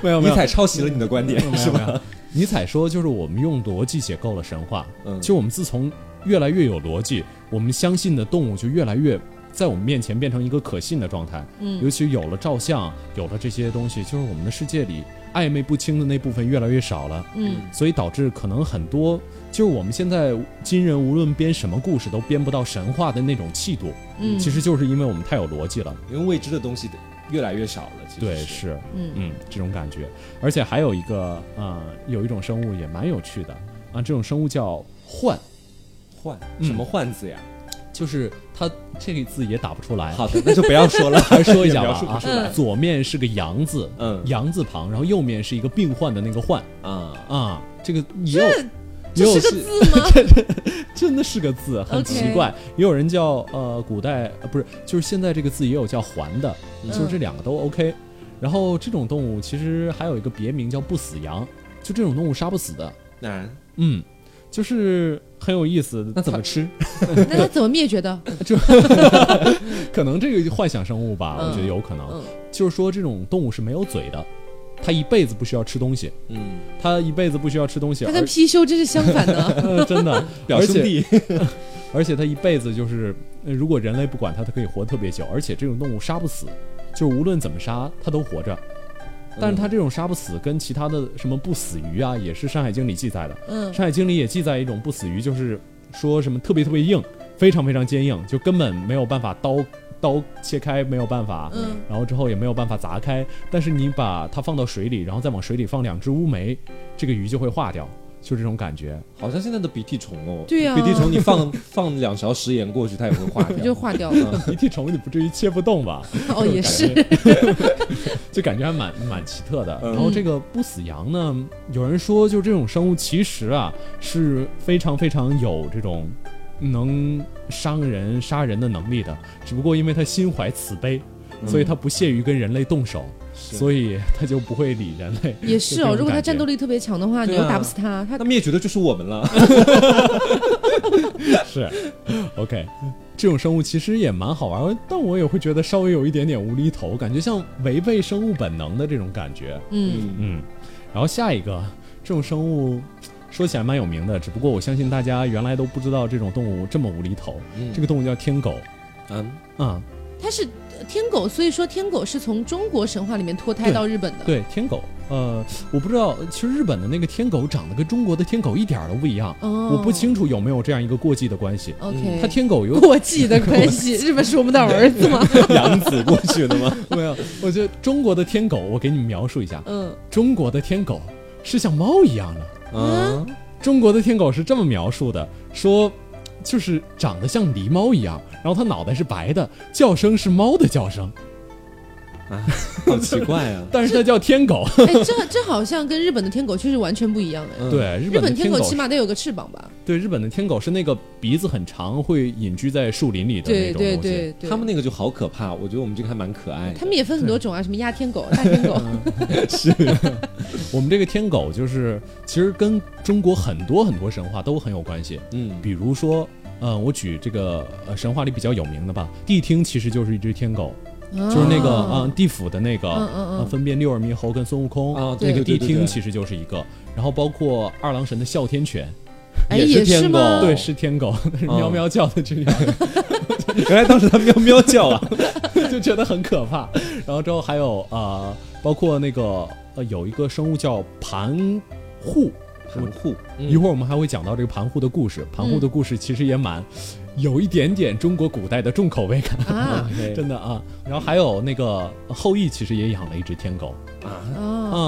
没有没
尼
有，
采抄袭了你的观点，
没
是
有没
吧？
有。尼采说，就是我们用逻辑解构了神话。
嗯
其实我们自从越来越有逻辑，我们相信的动物就越来越在我们面前变成一个可信的状态。
嗯
尤其有了照相，有了这些东西，就是我们的世界里暧昧不清的那部分越来越少了。
嗯
所以导致可能很多，就是我们现在今人无论编什么故事都编不到神话的那种气度，
嗯，
其实就是因为我们太有逻辑了。
因为未知的东西越来越少了，其实
对，
是，
是，
嗯
嗯，这种感觉。而且还有一个，呃，有一种生物也蛮有趣的啊，这种生物叫幻，
换
嗯
什么换字呀？
就是它这个字也打不出来。
好的，那就不要说 了，
还是说一下吧
也描述不
啊
出来，
左面是个羊字，
嗯
羊字旁，然后右面是一个病患的那个患
啊，
啊，这个也有也
这
有
是个
是
字吗？
真的是个字，很
OK
奇怪。也有人叫呃，古代呃不是，就是现在这个字也有叫“还”的，
嗯
就是这两个都 OK。然后这种动物其实还有一个别名叫不死羊，就这种动物杀不死的，
那然
嗯，就是很有意思。
那怎么吃？
那它怎么灭绝的？
它 可能这个幻想生物吧，
嗯
我觉得有可能，
嗯
就是说这种动物是没有嘴的，它一辈子不需要吃东西，
嗯，
它一辈子不需要吃东西，
它跟
而
貔貅真是相反 的。
呃真 的
表
而
兄
且
弟，
而且它一辈子就是，呃如果人类不管它，它可以活特别久。而且这种动物杀不死，就是无论怎么杀，它都活着。
嗯
但是它这种杀不死，跟其他的什么不死鱼啊，也是《山海经》里记载的。《
嗯
山海经》里也记载一种不死鱼，就是说什么特别特别硬，非常非常坚硬，就根本没有办法刀刀切开，没有办法，
嗯
然后之后也没有办法砸开。但是你把它放到水里，然后再往水里放两只乌梅，这个鱼就会化掉，就这种感觉。
好像现在的鼻涕虫哦，
对呀
鼻涕虫你放 放两勺食盐过去，它也会化
就
掉。
化掉了。
鼻涕虫你不至于切不动吧？
哦，也是，
就感觉还蛮蛮奇特的。
嗯
然后这个不死羊呢，有人说就这种生物其实啊是非常非常有这种能伤人杀人的能力的，只不过因为它心怀慈悲，所以它不屑于跟人类动手，
所以
所以它就不会理人类。
也是哦。
就这种
如果它
感觉
战斗力特别强的话，你
对啊
又打不死它，它
那灭绝的就是我们了。
是，OK。这种生物其实也蛮好玩，但我也会觉得稍微有一点点无厘头，感觉像违背生物本能的这种感觉。
嗯
嗯，然后下一个这种生物说起来蛮有名的，只不过我相信大家原来都不知道这种动物这么无厘头。
嗯
这个动物叫天狗
嗯，
啊、
它是呃天狗，所以说天狗是从中国神话里面脱胎
对
到日本的。
对，天狗。呃，我不知道，其实日本的那个天狗长得跟中国的天狗一点儿都不一样，
哦，
我不。清楚有没有这样一个过继的关系。
OK，
它天狗有
国际的关系，日本是我们的儿子吗？
养子过去的吗？
没有？我觉得中国的天狗，我给你们描述一下，
嗯，
中国的天狗是像猫一样的。
啊，
嗯
中国的天狗是这么描述的：说，就是长得像狸猫一样，然后它脑袋是白的，叫声是猫的叫声，
好奇怪 啊。
但是它叫天 狗。
哎，这这好像跟日本的天狗确实完全不一样哎。
嗯，
对，
日
日
本
本的
天
狗
狗
是
起码得有个翅膀吧？
对日本的天狗是那个鼻子很长，会隐居在树林里的那
对
种
对
东 西。
对对，
他们那个就好可怕，我觉得我们这个还蛮可爱的
他。们也分很多种啊，什么鸦天狗、大天狗，
我们这个天狗就是，其实跟中国很多很多神话都很有关系。
嗯
比如说，呃，我举这个呃神话里比较有名的吧，谛听其实就是一只天狗， 就是那个
哦
嗯地府的那个，
啊嗯嗯嗯
呃分辨六耳猕猴跟孙悟空
啊对
那个
对对
谛
对
听
对
其实就是一个，然后包括二郎神的哮天犬，
哎
也是
也
天
是
狗
吗？
对，是天狗， 但是
哦
喵喵叫的这样，
原来当时他喵喵叫啊，
就觉得很可怕。然后之后还有呃，包括那个呃有一个生物叫盘户，
很酷，
一会儿我们还会讲到这个盘户的故事。盘户的故事其实也蛮有一点点中国古代的重口味感，
啊
嗯
真的啊。然后还有那个后羿其实也养了一只天狗。
啊，
啊，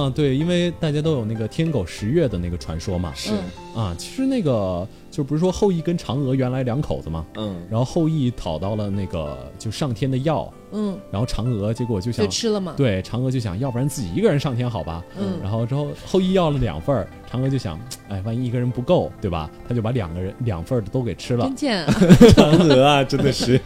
啊，对，因为大家都有那个天狗十月的那个传说嘛。
是，
嗯
啊，其实那个就不是说后羿跟嫦娥原来两口子嘛，
嗯，
然后后羿讨到了那个就上天的药，
嗯，
然后嫦娥结果就想
就吃了嘛。
对嫦娥就想，要不然自己一个人上天好吧？
嗯
然后之后后羿要了两份儿，嫦娥就想，哎，万一一个人不够，对吧？他就把两个人两份儿的都给吃了
真贱啊，
嫦娥啊，真的是，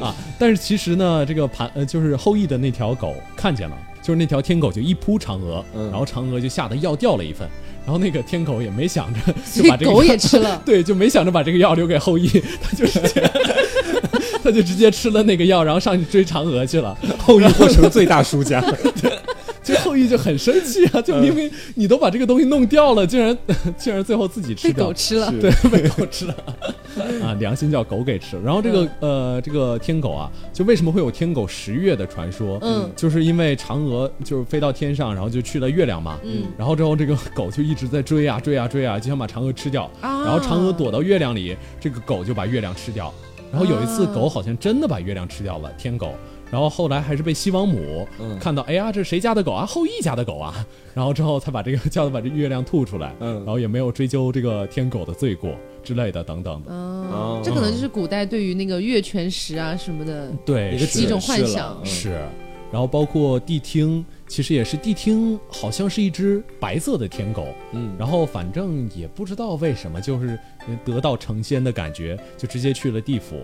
啊。但是其实呢，这个盘呃就是后羿的那条狗看见了，就是那条天狗就一扑嫦娥，
嗯
然后嫦娥就吓得药掉了一份，然后那个天狗也没想 着
所
就
以
把这个
狗
药。
也吃了
对，就没想着把这个药留给后羿，他就直接 他就直接吃了那个药，然后上去追嫦娥去了。
后羿获成最大输 家，
就后羿就很生气啊！就明明你都把这个东西弄掉了，竟然竟然最后自己吃
被
掉
狗，吃了，
对，被狗吃了 啊！良心叫狗给吃了。然后这个、
嗯
呃，这个天狗啊，就为什么会有天狗十月的传说？
嗯
就是因为嫦娥就是飞到天上，然后就去了月亮嘛。
嗯，
然后之后这个狗就一直在追啊追啊追啊，就想把嫦娥吃掉。
啊
然后嫦娥躲到月亮
啊
里，这个狗就把月亮吃掉。然后有一次，
啊
狗好像真的把月亮吃掉了，天狗。然后后来还是被西王母
嗯
看到，哎呀，这是谁家的狗啊？后羿家的狗啊！然后之后才把这个叫他把这月亮吐出来，
嗯
然后也没有追究这个天狗的罪过之类的等等的。
哦
哦，
这可能就是古代对于那个月全食啊什么的，
对，
一个
是
几种幻
解释了
想
嗯
是。然后包括谛听，其实也是谛听，好像是一只白色的天狗，
嗯，
然后反正也不知道为什么，就是呃得到成仙的感觉，就直接去了地府。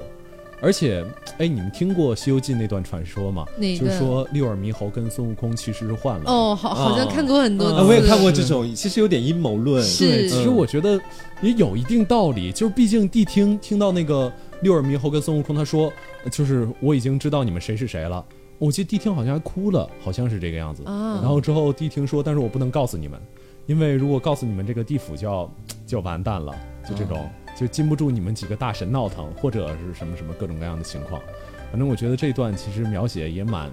而且，哎，你们听过《西游记》那段传说吗？
哪
就是
个
说六耳猕猴跟孙悟空其实是换了。
哦，好，好像看过很
嗯
多次，
啊，我也看过这种，其实有点阴谋论，
嗯是
对，其实
嗯
我觉得也有一定道理，就是毕竟谛听听到那个六耳猕猴跟孙悟空他说，呃就是我已经知道你们谁是谁了。我记得谛听好像还哭了，好像是这个样子。
啊
然后之后谛听说，但是我不能告诉你们，因为如果告诉你们，这个地府就要就完蛋了，就这种、就禁不住你们几个大神闹腾，或者是什么什么各种各样的情况。反正我觉得这段其实描写也蛮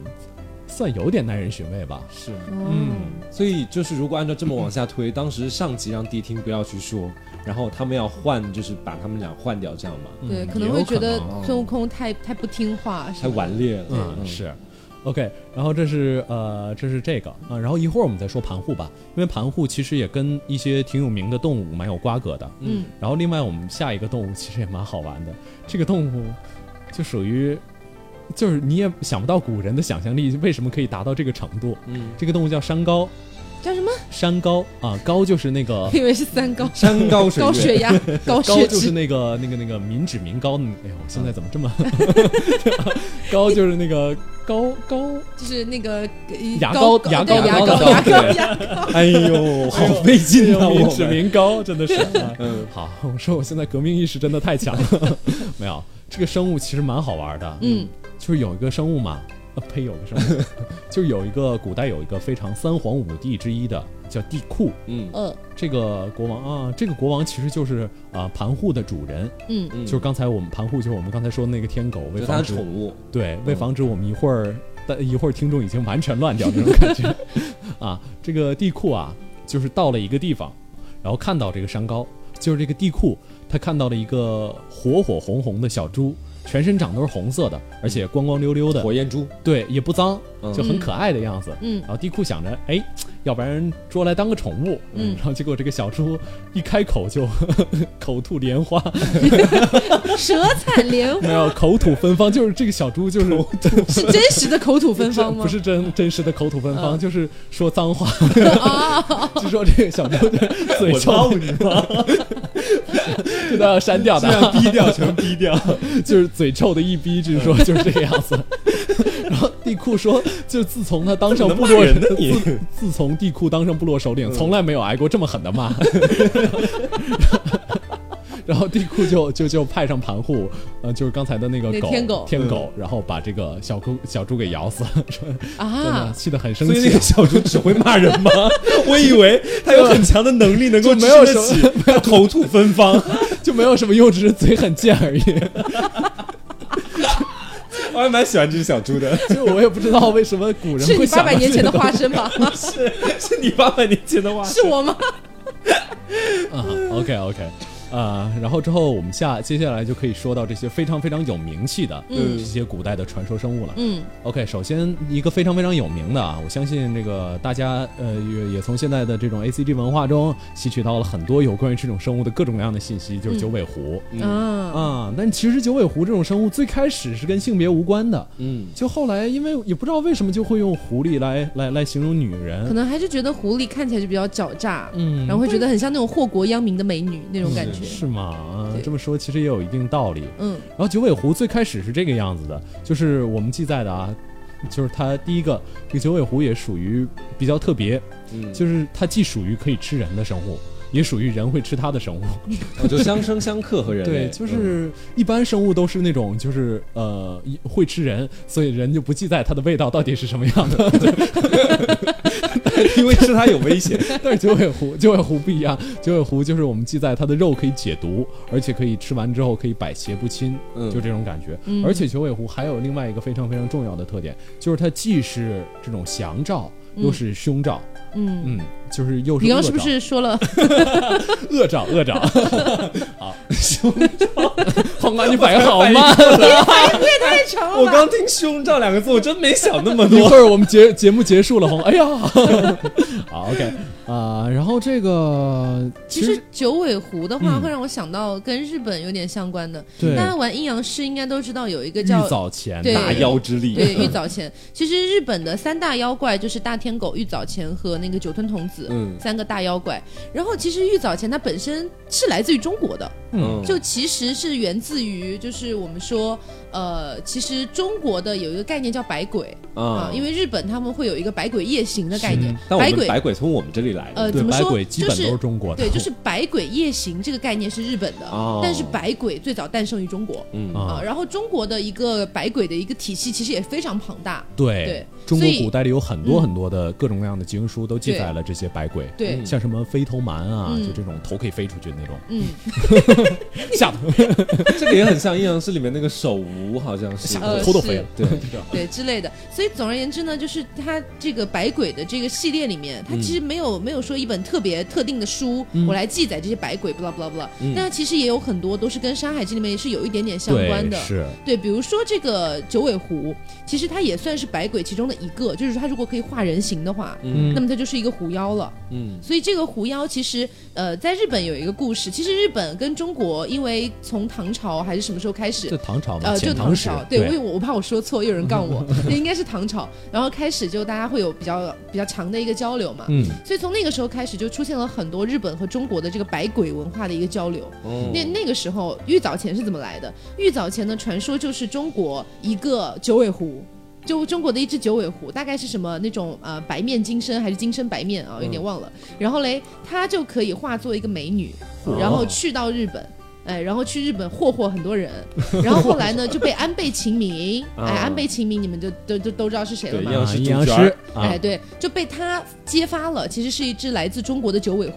算有点耐人寻味吧。
是，
嗯，
所以就是如果按照这么往下推，当时上级让谛听不要去说，然后他们要换，就是把他们俩换掉，这样嘛，
对，
嗯
可
也
能
有
会觉
能
得
啊
孙悟空太太不听话，是
太
吧
顽劣了，
嗯，是。OK，然后这是呃，这是这个啊，然后一会儿我们再说盘户吧，因为盘户其实也跟一些挺有名的动物蛮有瓜葛的。
嗯，
然后另外我们下一个动物其实也蛮好玩的，这个动物就属于，就是你也想不到古人的想象力为什么可以达到这个程度。
嗯，
这个动物叫山高，
叫什么？
山高啊，高就是那个
我 以为是 三高，
山高水
高
月，
血压、
高
高血
就是
脂，
那个那个那个民脂民膏的那，哎呦，我现在怎么这么 高就是那个高高
就是那个
牙
膏
膏牙
对
膏
牙
牙
膏
膏牙膏
对
牙膏，
哎呦，好费劲 啊，
民
我
脂
们，
民膏，真的是。啊
嗯
好，我说我现在革命意识真的太强了。 没有，这个生物其实蛮好玩的。
嗯，
就是有一个生物嘛，呃，呸，有个生物， 就是有一个古代有一个非常三皇五帝之一的叫帝喾，
嗯
呃，
这个国王啊，这个国王其实就是啊、盘户的主人，
嗯，
嗯，
就是刚才我们盘户就是我们刚才说的那个天狗，为
就他
防
的
止
宠物，嗯
对，为防止我们一会儿，但一会儿听众已经完全乱掉这种感觉 啊，这个地库啊，就是到了一个地方，然后看到这个山高，就是这个地库，他看到了一个火火红红的小猪，全身长都是红色的，而且光光溜溜的
火，焰猪，
对，也不脏，
嗯
就很可爱的样子。
嗯
然后地库想着，哎，要不然捉来当个宠物。
嗯
然后结果这个小猪一开口就 口吐莲花，
嗯舌 灿莲花
没有口吐芬芳，就是这个小猪就是
是真实的口吐芬芳吗？
不是真真实的口吐芬芳，
嗯哦
就是说脏话， 就说这个小妞的嘴臭，你 吗？这都要删掉的啊，
逼掉，全逼掉，
就是嘴臭的一逼，就是 说就是这个样子。 然后地库说，就是自从他当上部落
怎么能骂人呢你嗯
自 自从地库当上部落首领，从来没有挨过这么狠的骂。 然后地库就就就派上盘户，呃，就是刚才的那个
那
狗
天狗
狗
嗯
然后把这个小猪小猪给咬死了，真的
啊，
气得很生
所以那
气
个。小猪只会骂人 吗？我以为他有很强的能力，能够
就没有
支撑得起，他口吐芬芳。
就没有什么用，只是嘴很贱而 已。
我还蛮喜欢这只小猪的，
所以我也不知道为什么古人
是
会
你
想
八
到
百年
这
前的
个
化 身吗？
是是你八百年前的话，
是我吗？
啊、o k OK，啊、然后之后我们下接下来就可以说到这些非常非常有名气的、
嗯
这些古代的传说生物了。
嗯
OK，首先一个非常非常有名的啊，我相信这个大家呃也也从现在的这种 A C G 文化中吸取到了很多有关于这种生物的各种各样的信
嗯
息，就是九尾狐。
啊，
啊，但其实九尾狐这种生物最开始是跟性别无关的，
嗯，
就后来因为也不知道为什么就会用狐狸来来来形容女人，
可能还是觉得狐狸看起来就比较狡诈，
嗯
然后会觉得很像那种祸国殃民的美女那种感觉，
是吗？啊
对
这么说其实也有一定道理。
嗯
然后九尾狐最开始是这个样子的，就是我们记载的啊，就是它第一个这个九尾狐也属于比较特别，
嗯
就是它既属于可以吃人的生物。也属于人会吃它的生物，
我哦就相生相克和人类，
对，
嗯
就是一般生物都是那种，就是呃一会吃人，所以人就不记载它的味道到底是什么样的。
嗯 因为吃它有危险。
但是九尾狐，九尾狐不一样，九尾狐就是我们记载它的肉可以解毒，而且可以吃完之后可以百邪不侵，
嗯
就这种感觉。而且九尾狐还有另外一个非常非常重要的特点，就是它既是这种祥兆，又是凶兆，
嗯。
嗯，就是又是
你
恶
刚
兆，
刚是不是 说了？
恶兆恶 兆？好，凶兆，黄瓜你反应好 慢。
太长
我刚听“胸罩”两个字，我真没想那么
一
多。
会儿我们节节目结束了，黄瓜，哎 呀，好 OK 啊、然后这个
其
其
实
实
九尾狐的话，
嗯
会让我想到跟日本有点相关的。
对
大家玩阴阳师应该都知道有一个
玉
叫
藻前
对
大妖之力，
对玉藻前。其实日本的三大妖怪就是大天狗、玉藻前和那个九吞童子。
嗯
三个大妖怪，然后其实玉藻前它本身是来自于中国的，
嗯
就其实是源自于就是我们说，呃，其实中国的有一个概念叫百鬼啊、因为日本他们会有一个百鬼夜行的概念，
但嗯我
百
们
鬼
百鬼从我们这里来的
呃，
对
怎么
百
说
鬼基本
就是
都是中国的，
对，就是百鬼夜行这个概念是日本的，
哦
但是百鬼最早诞生于中国。
嗯
啊
啊，，然后中国的一个百鬼的一个体系其实也非常庞大，
对
对，
中国
所以
古代里有很多
嗯
很多的各种各样的经书都记载了这些百鬼，
对
嗯
像什么飞头蛮啊，
嗯呃
就这种头可以飞出去的那种，
嗯，
吓得
这个也很像阴阳师里面那个手无，好像是
吓。得
呃
头都飞了，
对，
对之类的。所以总而言之呢，就是它这个百鬼的这个系列里面，它
嗯
其实没有、没有说一本特别特定的书，我来记载这些百鬼，不啦不啦不啦。那其实也有很多都是跟《山海经》里面也是有一点点相关
嗯对，
的，
是，
对，比如说这个九尾狐，其实它也算是百鬼其中的一个，就是说它如果可以化人形的话，
嗯
那么它就是一个狐妖了。
嗯
所以这个狐妖其实，呃，在日本有一个故事，其实日本跟中国，因为从唐朝还是什么时候开始
这。唐朝嘛，
呃，就
遣
唐
时
朝，，对，我以
对，
为我怕我说错，又有人杠我，那应该是唐朝。然后开始就大家会有比较比较长的一个交流嘛，
嗯，
所以从那个时候开始就出现了很多日本和中国的这个百鬼文化的一个交流。
哦
那那个时候，玉藻前是怎么来的？玉藻前的传说就是中国一个九尾狐，就中国的一只九尾狐，大概是什么那种呃白面金身还是金身白面啊，有
嗯
点忘了。然后嘞，它就可以化作一个美女，
哦
然后去到日本。哎，然后去日本霍霍很 多人，然后后来呢就被安倍晴明，
啊
哎，安倍晴明你们就都都都知道是谁了
对
吗
阴？阳
啊
师
阴
主
阳
角
师，
哎，，对，就被他揭发了，其实是一只来自中国的九尾狐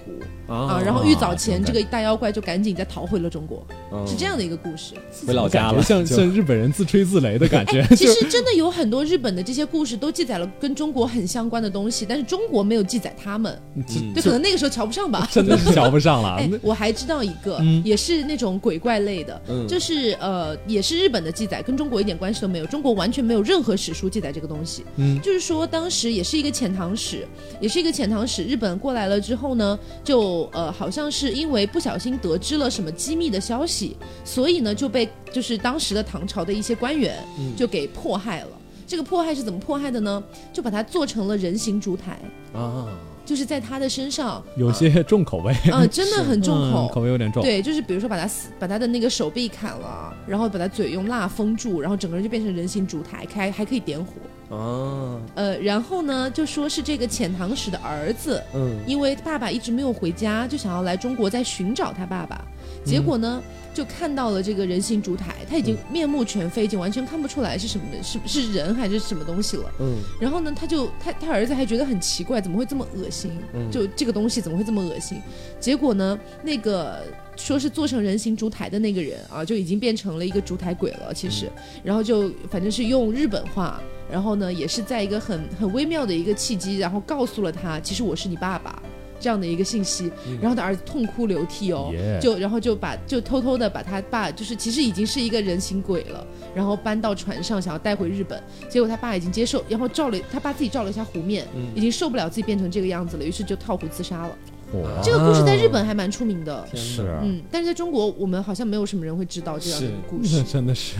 哦
啊。然后玉藻前这个大妖怪就赶紧再逃回了中国。
嗯
是这样的一个故事。哎
回老家
感觉
了，
像
就
像日本人自吹自擂的感觉，
其实真的有很多日本的这些故事都记载了跟中国很相关的东西，但是中国没有记载他们，
就
对，嗯可能那个时候瞧不上吧。
真的是瞧不上了
哎，
啊那，
我还知道一个，
嗯
也是那种鬼怪类的，就是呃，也是日本的记载，跟中国一点关系都没有，中国完全没有任何史书记载这个东西。
嗯
就是说当时也是一个遣唐使，也是一个遣唐使，日本过来了之后呢，就呃好像是因为不小心得知了什么机密的消息，所以呢就被就是当时的唐朝的一些官员
嗯
就给迫害了。这个迫害是怎么迫害的呢？就把它做成了人形烛台，
啊，
就是在他的 身上，
有些重口味，
嗯、真的很重
嗯
口，
口味有点重，
对，就是比如说把他死，把他的那个手臂砍了，然后把他嘴用蜡封住，然后整个人就变成人形烛台，开还可以点火。
啊，
呃，然后呢就说是这个遣唐使的儿子，
嗯
因为爸爸一直没有回家，就想要来中国再寻找他爸爸。结果呢，就看到了这个人形烛台，他已经面目全非，已经完全看不出来是什么是是人还是什么东西了。
嗯
然后呢，他就他他儿子还觉得很奇怪，怎么会这么恶心？
嗯
就这个东西怎么会这么恶心？结果呢，那个说是做成人形烛台的那个人啊，就已经变成了一个烛台鬼了，其实，然后就反正是用日本话，然后呢，也是在一个很很微妙的一个契机，然后告诉了他，其实我是你爸爸。这样的一个信息，然后他儿子痛哭流涕哦
Yeah
就然后就把就偷偷的把他爸，就是其实已经是一个人形鬼了，然后搬到船上想要带回日本，结果他爸已经接受，然后照了他爸自己照了一下湖面，
嗯
已经受不了自己变成这个样子了，于是就跳湖自杀了。
哇，
这个故事在日本还蛮出名的，
嗯
天哪
是，
嗯，但是在中国我们好像没有什么人会知道这样的
是
故
那
事。
真的是，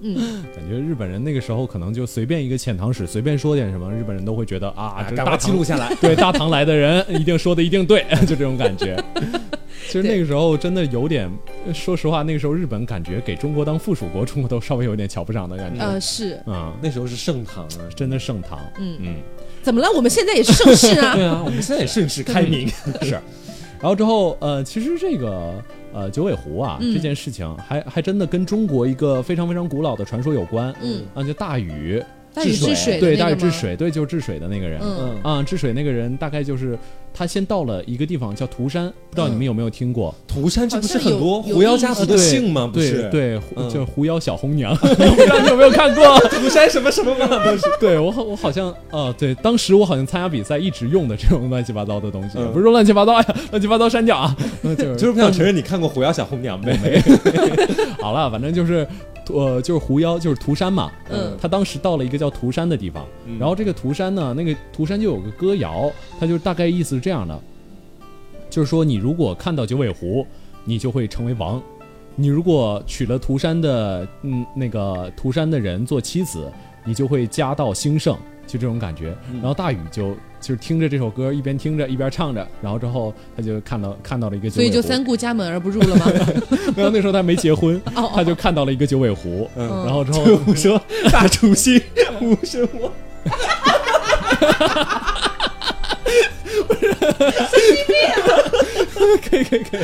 嗯，
感觉日本人那个时候可能就随便一个遣唐使，随便说点什么，日本人都会觉得啊，
啊，
这是
赶
大
快记
唐
录下来。
对大唐来的人 一定说的一定对，就这种感觉。 其实那个时候真的有点，呃说实话，那个时候日本感觉给中国当附属国，中国都稍微有点瞧不上的感觉。
呃，是，
嗯，
那时候是盛唐啊，
真的盛唐。
嗯
嗯，
怎么了？我们现在也是盛世 啊
对。啊，我们现在也盛世开明。
是。然后之后，呃，其实这个呃九尾狐啊、
嗯
这件事情还，还真的跟中国一个非常非常古老的传说有关。
嗯，
啊，就大禹，
大禹治水的
对
那
大禹
个
治
吗？
水，对，就是治水的那个人。
嗯
嗯，
啊，治水那个人大概就是他先到了一个地方叫涂山，不知道你
嗯
们有没有听过？啊
涂山这不是很多
好像有
狐妖家族的姓吗？不
对
是，，
对，
嗯
就是狐妖小红 娘，不知道你有没有看过？
涂山什么什么嘛都是。
对我好，我好像呃，对，当时我好像参加比赛一直用的这种乱七八糟的东西，
嗯
不是说乱七八糟哎呀，乱七八糟删掉 啊，那就是
就是不想承认你看过《狐妖小红娘》没？
好了，反正就是。呃，就是狐妖，就是涂山嘛。
嗯
他当时到了一个叫涂山的地方，
嗯
然后这个涂山呢，那个涂山就有个歌谣，它就大概意思是这样的，就是说你如果看到九尾狐，你就会成为王；你如果娶了涂山的，嗯，那个涂山的人做妻子，你就会家道兴盛，就这种感觉。
嗯
然后大禹就就是听着这首歌，一边听着一边唱着，然后之后他就看到看到了一个九
所
尾
以
狐，
就三顾家门而不入了吗？
没有那时候他没结婚，
哦
他就看到了一个九尾狐，
嗯
然后之后
对我说大厨星无声我。
可以可以可以，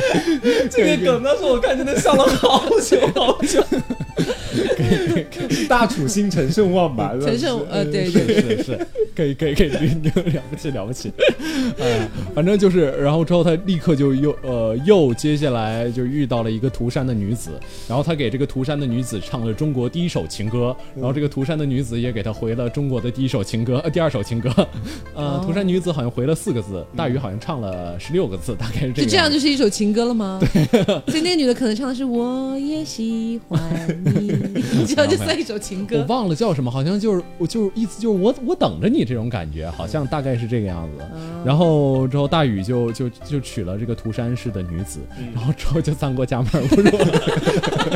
这个梗当时我看真的笑了好久好久。大楚星陈胜旺吧，
陈胜，呃，对
是
对，
是 是，可以可以可以，你你了不起了不起， 哎呀，反正就是，然后之后他立刻就又呃又接下来就遇到了一个涂山的女子，然后他给这个涂山的女子唱了中国第一首情歌，然后这个涂山的女子也给他回了中国的第一首情歌，呃第二首情歌， 呃
哦，嗯
涂山女子好像回了四个字，大禹好像唱了十六个字，大概是这
就
个
这样
子
就是一首情歌了吗？对。 所以那个女的可能唱的是我也喜欢你， 你知道就算一首情
我
歌。
忘了叫什么，好像就是我就是意思就是我我等着你这种感觉，好
嗯
像大概是这个样子。然后之后大禹就就就娶了这个涂山氏的女子，
嗯
然后之后就三过家门不入了。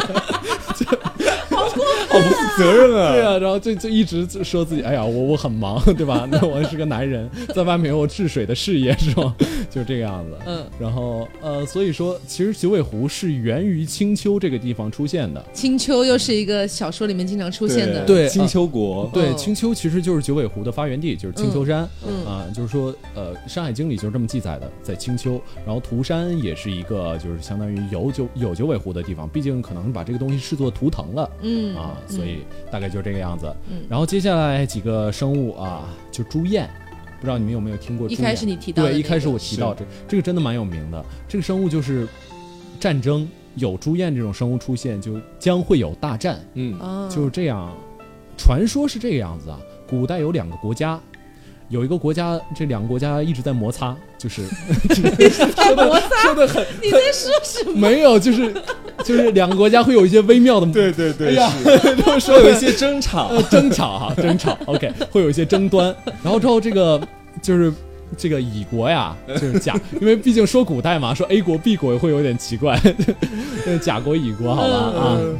好不负责任啊！
对啊，然后就就一直说自己哎呀我我很忙对吧？那我是个男人，在外面有我治水的事业是吧？ 就这个样子。
嗯，
然后呃，所以说其实九尾狐是源于青丘这个地方出现的。
青丘又是一个小说里面经常出现的，
对
青丘国，
对，
哦
青丘其实就是九尾狐的发源地，就是青丘山。
嗯
啊，就是说，呃，《山海经》里就是这么记载的，在青丘，然后涂山也是一个，就是相当于有九有九尾狐的地方，毕竟可能把这个东西视作图腾了
嗯
啊，所以大概就是这个样子。
嗯
然后接下来几个生物啊，就朱燕，不知道你们有没有听过朱
一
燕？
开始你提到的
对，一
那
开始
个
我提到这这个真的蛮有名的，这个生物就是战争有朱燕这种生物出现，就将会有大战。
嗯
啊，
就是这样，传说是这个样子啊。古代有两个国家，有一个国家，这两个国家一直在摩擦，就是
太摩擦，
说的很
你在说什么？
没有，就是就是两个国家会有一些微妙的
对对
哎
对，
呀
是，
都说
都有
有
一
一些
些争吵。
呃争吵哈、争吵，OK，会有一些争端。然后之后这个就是。这个乙国呀，就是甲，因为毕竟说古代嘛，说 A 国 B 国也会有点奇怪， 就是甲国乙国好吧啊，
嗯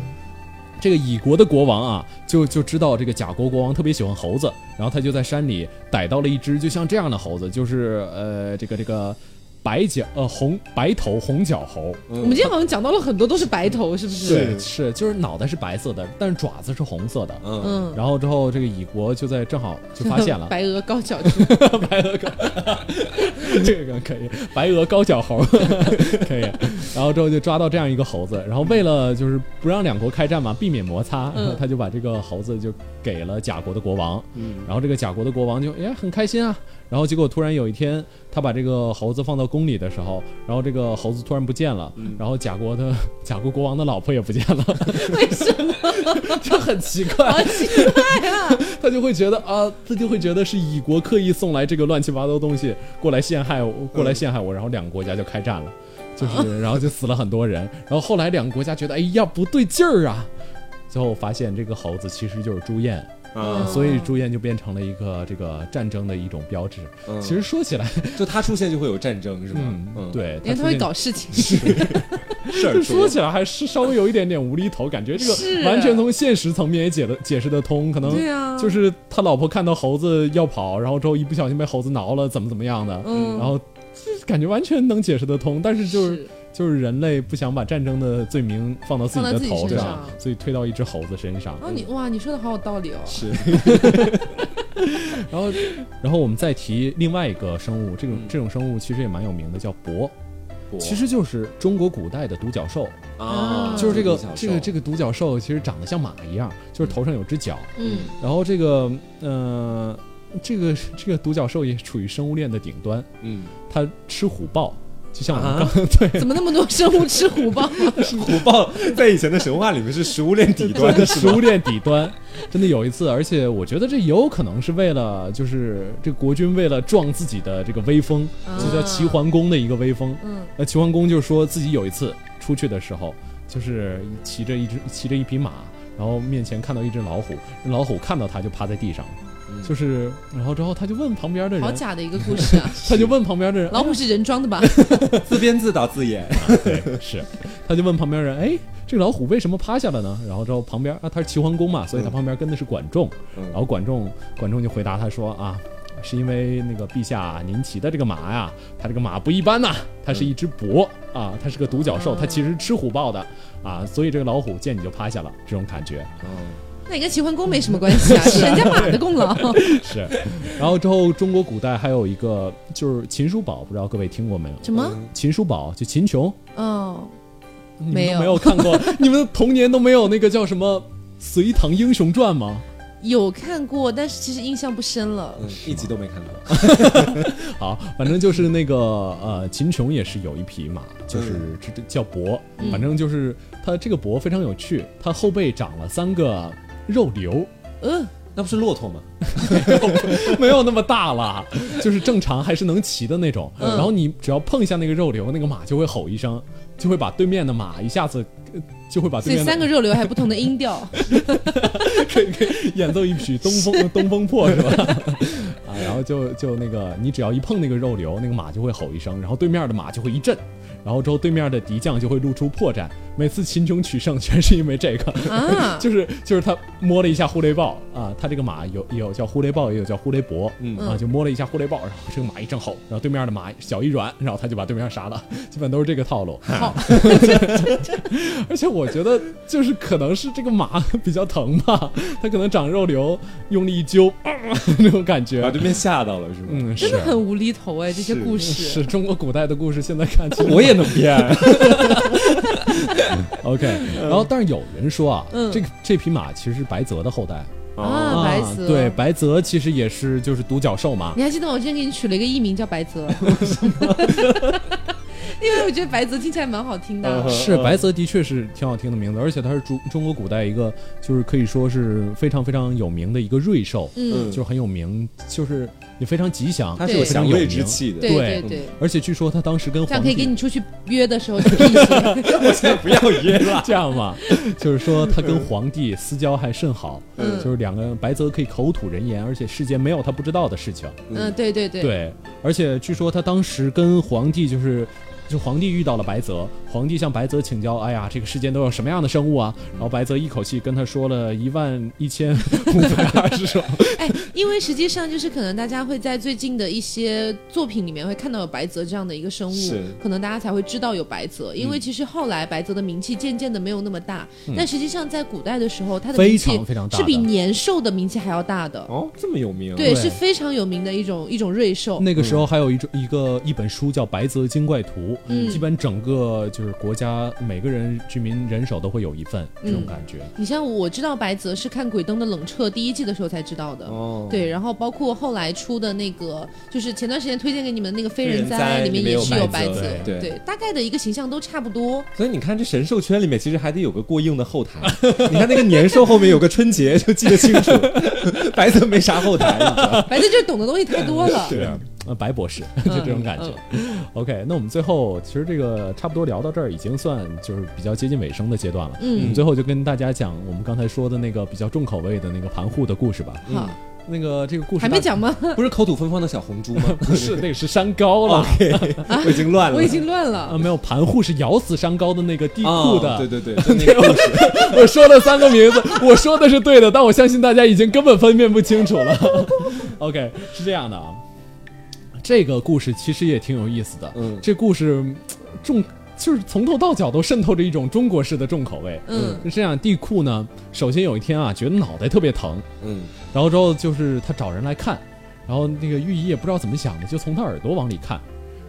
这个乙国的国王啊，就就知道这个甲国国王特别喜欢猴子，然后他就在山里逮到了一只就像这样的猴子，就是呃这个这个白脚呃红白头红脚猴，
我们今天好像讲到了很多都是白头，是不是？
对，是就是脑袋是白色的，但是爪子是红色的。
嗯，
嗯，
然后之后，这个乙国就在正好就发现了
白鹅高脚蛛，
白鹅高， 这个可以，白鹅高脚猴 可以。然后之后就抓到这样一个猴子，然后为了就是不让两国开战嘛，避免摩擦，然后
嗯
他就把这个猴子就给了甲国的国王。
嗯，
然后这个甲国的国王就哎很开心啊，然后结果突然有一天，他把这个猴子放到宫里的时候，然后这个猴子突然不见了，
嗯
然后甲国的 甲国国王的老婆也不见了，
为什么？
就很奇怪
好，奇怪啊！
他就会觉得啊，他就会觉得是乙国刻意送来这个乱七八糟东西过来陷害
嗯
我，过来陷害我，然后两个国家就开战了，就是然后就死了很多人，然后后来两个国家觉得哎呀不对劲儿啊，最后发现这个猴子其实就是朱燕。
啊，
所以朱燕就变成了一个这个战争的一种标志。
嗯
其实说起来，
就他出现就会有战争是吗？嗯，，
对，
因为他
出
会
现
搞 事情，
事儿
说起来还是稍微有一点点无厘头，感觉这
是
个完全从现实层面也解了解释得通。可能
对啊
嗯就是他老婆看到猴子要跑，然后之后一不小心被猴子挠了，怎么怎么样的，
嗯
然后就是感觉完全能解释得通。但是就是
是
就是人类不想把战争的罪名放到自己
放到
的
自己
头
身
上，
上
所以推到一只猴子身上。
哦，你哇，你说的好有道理哦。
是
嗯
然后，然后我们再提另外一个生物，这
嗯
种这种生物其实也蛮有名的，叫蚼，其实就是中国古代的独角兽。
啊，
就是这个这个这
个
个独角兽其实长得像马一样，就是头上有只角，
嗯，
然后这个呃这个这个独角兽也处于生物链的顶端，
嗯，
它吃虎豹，就像我们
啊
刚、
怎么那么多生物吃虎豹？
虎豹在以前的神话里面是食物链底端
的
的，是
食
吗？
物链底端，真的有一次，而且我觉得这有可能是为了就是这个国君为了壮自己的这个威风，就叫
啊
齐桓公的一个威风。
嗯，
那齐桓公就说自己有一次出去的时候，就是骑着一只骑着一匹马，然后面前看到一只老虎，老虎看到他就趴在地上，就是然后之后他就问旁边的
好
人，
假的一个 故事啊！
他就问旁边的人，
老虎是人装 的吧？
自编自导自演，
对， 是，他就问旁边人，哎，这个老虎为什么趴下了呢？然后之后旁边啊，他是齐桓公嘛，所以他旁边跟的是管仲，
嗯
然后管仲管仲就回答他说啊。是因为那个陛下您骑的这个马呀，它这个马不一般呐、它是一只跛啊，它是个独角兽，它其实吃虎豹的啊，所以这个老虎见你就趴下了，这种感觉
那你跟齐桓公没什么关系啊，是人家马的 功劳。
是。然后之后中国古代还有一个就是秦叔宝，不知道各位听过没有？
什么？
秦叔宝就秦琼，
哦，
你们
没
都
有
没有看 过，你们的童年都没有那个叫什么《隋唐英雄传》吗？
有看过，但是其实印象不深了。
嗯，一集都没看过。
好，反正就是那个呃，秦琼也是有一匹马，就是这这叫跛，
嗯
反正就是它这个跛非常有趣，它后背长了三个肉 瘤，
呃，
那不是骆驼吗？
没有那么大了，就是正常还是能骑的那种。
嗯
然后你只要碰一下那个肉瘤，那个马就会吼一声，就会把对面的马一下子。呃就会把对
所以
面的
三个肉瘤还有不同的音 调。
演奏一曲《东风东风破》是吧？ 啊，然后就就那个，你只要一碰那个肉瘤，那个马就会吼一声，然后对面的马就会一震，然后之后对面的敌将就会露出破绽。每次秦琼取胜全是因为这个，
啊
就是就是他摸了一下呼雷豹啊，他这个马有有叫呼雷豹，也有叫呼雷伯，
嗯
啊，就摸了一下呼雷豹，然后这个马一阵吼，然后对面的马脚一软，然后他就把对面杀了， 基本都是这啊个套路。
好，
而且我觉得就是可能是这个马 比较疼吧，它可能长肉瘤，用力一揪， 啊、那种感
把
觉。
啊对面吓到了是吗？
嗯，
真
是
的很无厘头哎，这些故事。
是中国古代的故事，现在看起来
我也能编，
OK。然后，但是有人说啊，
嗯
这个这匹马其实是白泽的后代
啊，白泽。
哦对，白泽其实也是就是独角兽嘛。
你还记得我之前给你取了一个艺名叫 白泽，因为我觉得白泽听起来蛮好听的。
嗯
啊
是白泽的确是挺好听的名字，而且它是中中国古代一个就是可以说是非常非常有名的一个瑞兽，
嗯，
就是很有名，就是也非常吉祥。
他是有祥瑞之气的。
嗯
对
对
对对，
而且据说他当时跟
这样
皇
可以跟
帝
你出去约的时候就是一些。
我现在不要约 了。
这样吧，就是说他跟皇帝私交还甚好，
嗯
就是两个人白泽可以口吐人言，而且世间没有他不知道的事情。
嗯，对对对。
对，而且据说他当时跟皇帝就是。就皇帝遇到了白泽，皇帝向白泽请教，哎呀，这个世间都有什么样的生物啊？然后白泽一口气跟他说了一万一千五百二十种，
哎，因为实际上就是可能大家会在最近的一些作品里面会看到有白泽这样的一个生物
是，
可能大家才会知道有白泽。因为其实后来白泽的名气渐渐的没有那么大，但实际上在古代的时候，他的名气
非常非常大的
是比年兽的名气还要大的。
哦，这么有名，
对，
对
是非常有名的一种一种瑞兽。
那个时候还有一种一个一本书叫《白泽精怪图》，
嗯
基本整个就是国家每个人居民人手都会有一份这
嗯
种感觉。
你像我知道白泽是看《鬼灯的冷彻》第一季的时候才知道的。
哦，
对，然后包括后来出的那个，就是前段时间推荐给你们那个《非人
非人
哉
哉》，
面
里面
也
有
是有
白
白
泽
泽，
对
对，大概的一个形象都差不多。
所以你看，这神兽圈里面其实还得有个过硬的后台。你看那个年兽后面有个春节，就记得清楚。白泽没啥后台，你知道吗
白泽就懂的东西太多 了。
对啊，
呃，白博士 就这种感
嗯
觉。OK，那我们嗯最后其实这个差不多聊到这儿，已经算就是比较接近尾声的阶段了。
嗯
我们最后就跟大家讲我们刚才说的那个比较重口味的那个盘户的故事吧。
好，
那个这个嗯故事
还没，讲吗？
不是口吐芬芳的小红猪吗？
不是那个是山高
哦
了。
我已经乱了。
我已经乱
啊，
了。
没有，盘户是咬死山高的那个地库的，
哦
啊对对对，就那个故事。
我说了三个名字，我说的是对的，但我相信大家已经根本分辨不清楚了。OK，是这样的啊，这个故事其实也挺有意思的。
嗯
这故事嗯重就是从头到脚都渗透着一种中国式的重口味。
嗯
是这样，地库呢，首先有一天啊，觉得脑袋特别疼，
嗯
然后之后就是他找人来看，然后那个御医也不知道怎么想的，就从他耳朵往里看，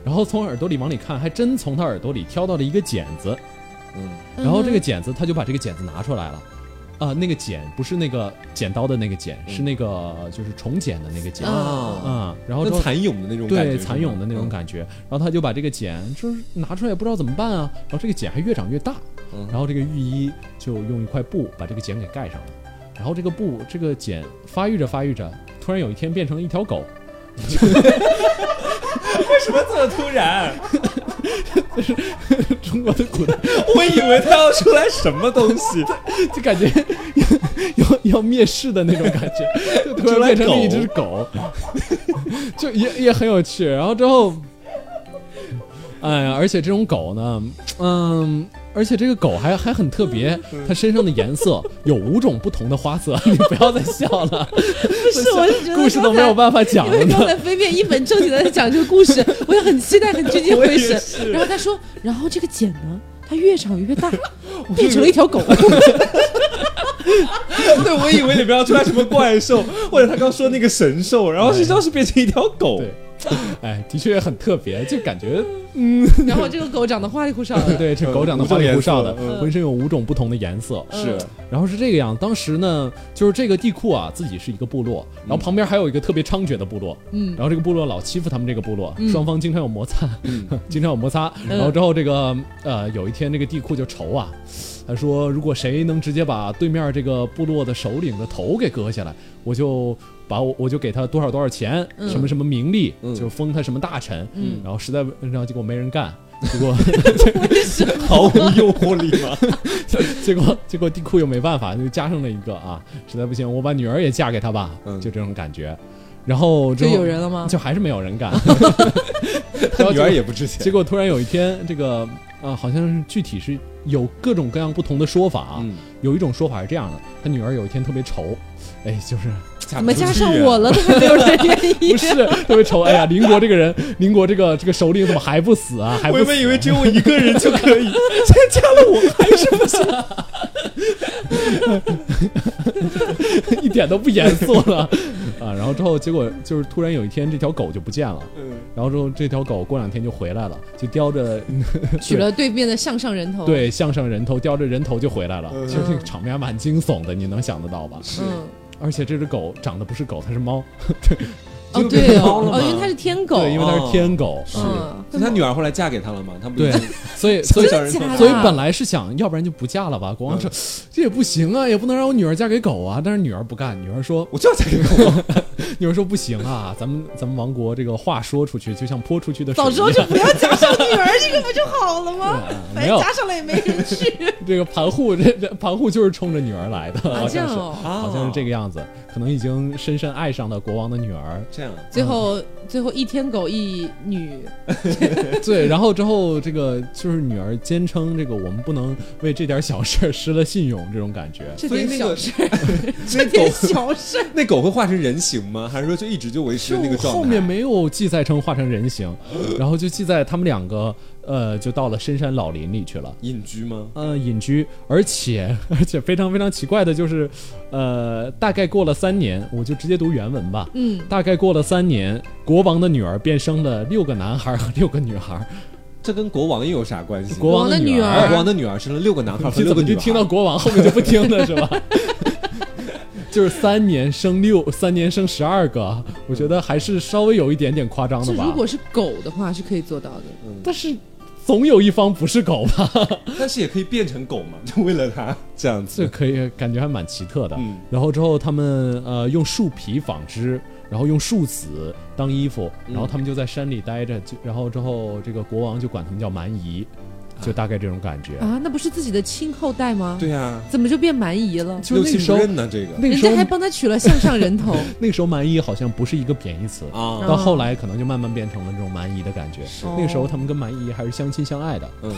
然后从耳朵里往里看，还真从他耳朵里挑到了一个剪子。
嗯
然后这个剪子，他就把这个剪子拿出来了。啊、那个剪不是那个剪刀的那个剪，
嗯
是那个就是重剪的那个
嗯
剪，啊、
啊，
然后
那
之后
蚕蛹的那种感觉
对
是吗，嗯
蚕蛹的那种感觉，然后他就把这个剪就是拿出来也不知道怎么办啊，然后这个剪还越长越大，
嗯
然后这个御医就用一块布把这个剪给盖上了，然后这个布这个剪发育着发育着，突然有一天变成了一条狗，
什么这么突然？
中国的古代
我以为他要出来什么东 西，
就感觉 要要灭世的那种感 觉，就突然变成了一只狗， 就也也很有趣。然后之后，哎呀，而且这种狗呢，嗯，而且这个狗还还很特别，它身上的颜色有五种不同的花色。 你不要再笑 了，
不是，嗯我是觉得
故事都没有办法讲
因
了
为
呢
刚。才飞面一本正经的在讲这个故事， 我也很期待，很聚精
我
会
也
神。
是
然后他说，然后这个茧呢，它越长 越大，变成了一条狗。
对我以为里边要出来什么怪 兽，或者他刚说那个神兽，然后谁知道是变成一条狗。
对，哎，的确很特别，就感觉
然后这个狗长得花里胡哨的。
对这狗长得
五种
花里胡
颜色
哨的，
嗯
浑身有五种不同的颜色。
嗯
是
然后是这个样，当时呢，就是这个地库啊，自己是一个部落，然后旁边还有一个特别猖獗的部落，
嗯
然后这个部落老欺负他们这个部落，双方经常有摩擦， 经常有摩擦，
嗯
然后之后这个呃，有一天这个地库就愁啊，他说如果谁能直接把对面这个部落的首领的头给割下来，我就把我我就给他多少多少钱，
嗯
什么什么名利，
嗯
就是封他什么大臣，
嗯
然后实在然后结果没人干。结果，
为什么？
嗯毫无诱惑力吗？
结果，结果地库又没办法，就加上了一个啊，实在不行，我把女儿也嫁给他吧，
嗯
就这种感觉。然后之
就
后
有人了吗？
就还是没有人 干。
他女儿
结
也
果
不值钱。
结果突然有一天，这个啊，好像是具体是有各种各样不同的说法啊。
嗯，
有一种说法是这样的：他女儿有一天特别愁，哎，就是
怎
怎么加上
啊
我了，都还没有人愿意
不？是特别愁？哎呀，邻国这个人，邻国这个这个首领怎么还不死啊？还不
我
死、啊？
原以为只有我一个人就可 以，现在加了我还是不行。
一点都不严肃了啊。然后之后，结果就是突然有一天，这条狗就不见了。
嗯
然后之后，这条狗过两天就回来了，就叼着
娶了对面的项上人头。，
对象上人头，叼着人头就回来了。
嗯
其实这个场面还蛮惊悚的，你能想得到吧？
嗯，
而且这只狗长得不是狗，它是猫，
哦
就
对
变猫
哦
了，
哦，
嘛
因为它是天狗。
对，因为它是天狗，
嗯，
那他女儿后来嫁给他了吗？他不
对
已经，
所以所以
真的假
啊
的
所以本来是想要不然就不嫁了吧。国王说、 这也不行啊，也不能让我女儿嫁给狗啊。但是女儿不干，女儿说
我就要嫁给我。
女儿说不行啊，咱们咱们王国这个话说出去就像泼出去的水
早
一
知道就
样
不要加上女儿这个不就好了吗
对啊？没
反
有
正加上了也没人去。
这个盘户，这这盘户就是冲着女儿来的， 好
啊，这
像
样
是，
哦。
好像是 这个样子。可能已经深深爱上了国王的女儿，
这样啊。
最后，最后一天狗一女，
对，然后之后这个就是女儿坚称这个我们不能为这点小事儿失了信用这种感觉。
这
所以
点
那
小
个
事，
那
这点
狗
小事，
那狗会化成人形吗？还是说就一直就维持
就
那个状态？
后面没有记载成化成人 形，然后就记载他们两个呃就到了深山老林里去了。
隐居吗？
呃，隐居，而且而且非常非常奇怪的就是，呃，大概过了三年，我就直接读原文吧。
嗯，
大概过了三年，国王的女儿便生了六个男孩儿和六个女孩儿。
这跟国王又有啥关系？
国王的女
国王
啊
的女儿
儿，
国王的女儿生了六个男孩和
你
六
怎
个
么
女
就
孩。
听到国王后面就不听了是吧？ 就是三年生六，三年生十二个，我觉得还是稍微有一点点夸张
这
的吧
如。果是狗的话是可以做到的。
但是总有一方不是狗吧？
但是也可以变成狗嘛，就为了它这样
这
子。
可以，感觉还蛮奇特的。
嗯
然后之后他们呃用树皮纺织，然后用树籽当衣服，然后他们就在山里待着，就然后之后这个国王就管他们叫蛮夷，就大概这种感觉。
啊，那不是自己的亲后代吗？
对啊，
怎么就变蛮夷了？
就
六
那个
亲
时
不
候，
认呢，这个
那个
人
时
家还
候
帮他取了项上人头，
那个时候蛮夷好像不是一个贬义词。
啊，
到后来可能就慢慢变成了这种蛮夷的感觉。
是
那个时候他们跟蛮夷还是相亲相爱的。
嗯，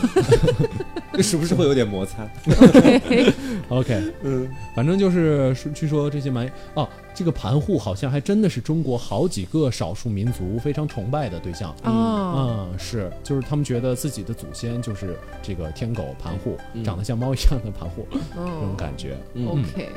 这是不是会有点摩擦？
OK，
OK，
嗯，
反正就是说据说这些蛮夷哦，这个盘户好像还真的是中国好几个少数民族非常崇拜的对象。
哦，
嗯，是，就是他们觉得自己的祖先就是这个天狗盘户，
嗯哦
长得像猫一样的盘户，这种
嗯
感觉。
觉
OK，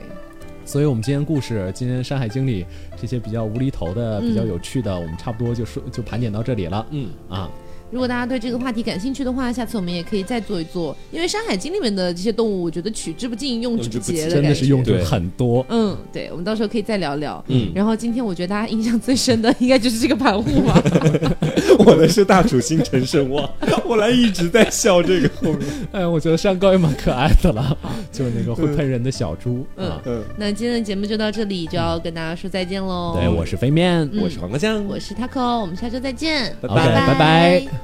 所以，我们今天故事，今天《山海经》里这些比较无厘头的、比较有趣的，我们差不多就说就盘点到这里了。
嗯，
啊，
如果大家对这个话题感兴趣的话，下次我们也可以再做一做，因为《山海经》里面的这些动物，我觉得取之不尽，用之不竭
用之不
的
真
感
的是
觉。
用
对
的很多。
嗯，对，我们到时候可以再聊聊。
嗯
然后今天我觉得大家印象最深的应该就是这个盘户吧。
我的是大楚星辰神望，我来一直在笑这个嗯后面。
哎，我觉得山高也蛮可爱的了， 就是那个会喷人的小猪。
嗯
啊，
嗯，
那今天的节目就到这里，就要跟大家说再见喽。
对，我是飞面，
嗯
我是黄瓜酱，
我是 Taco，我们下周再见，
拜
拜拜拜
拜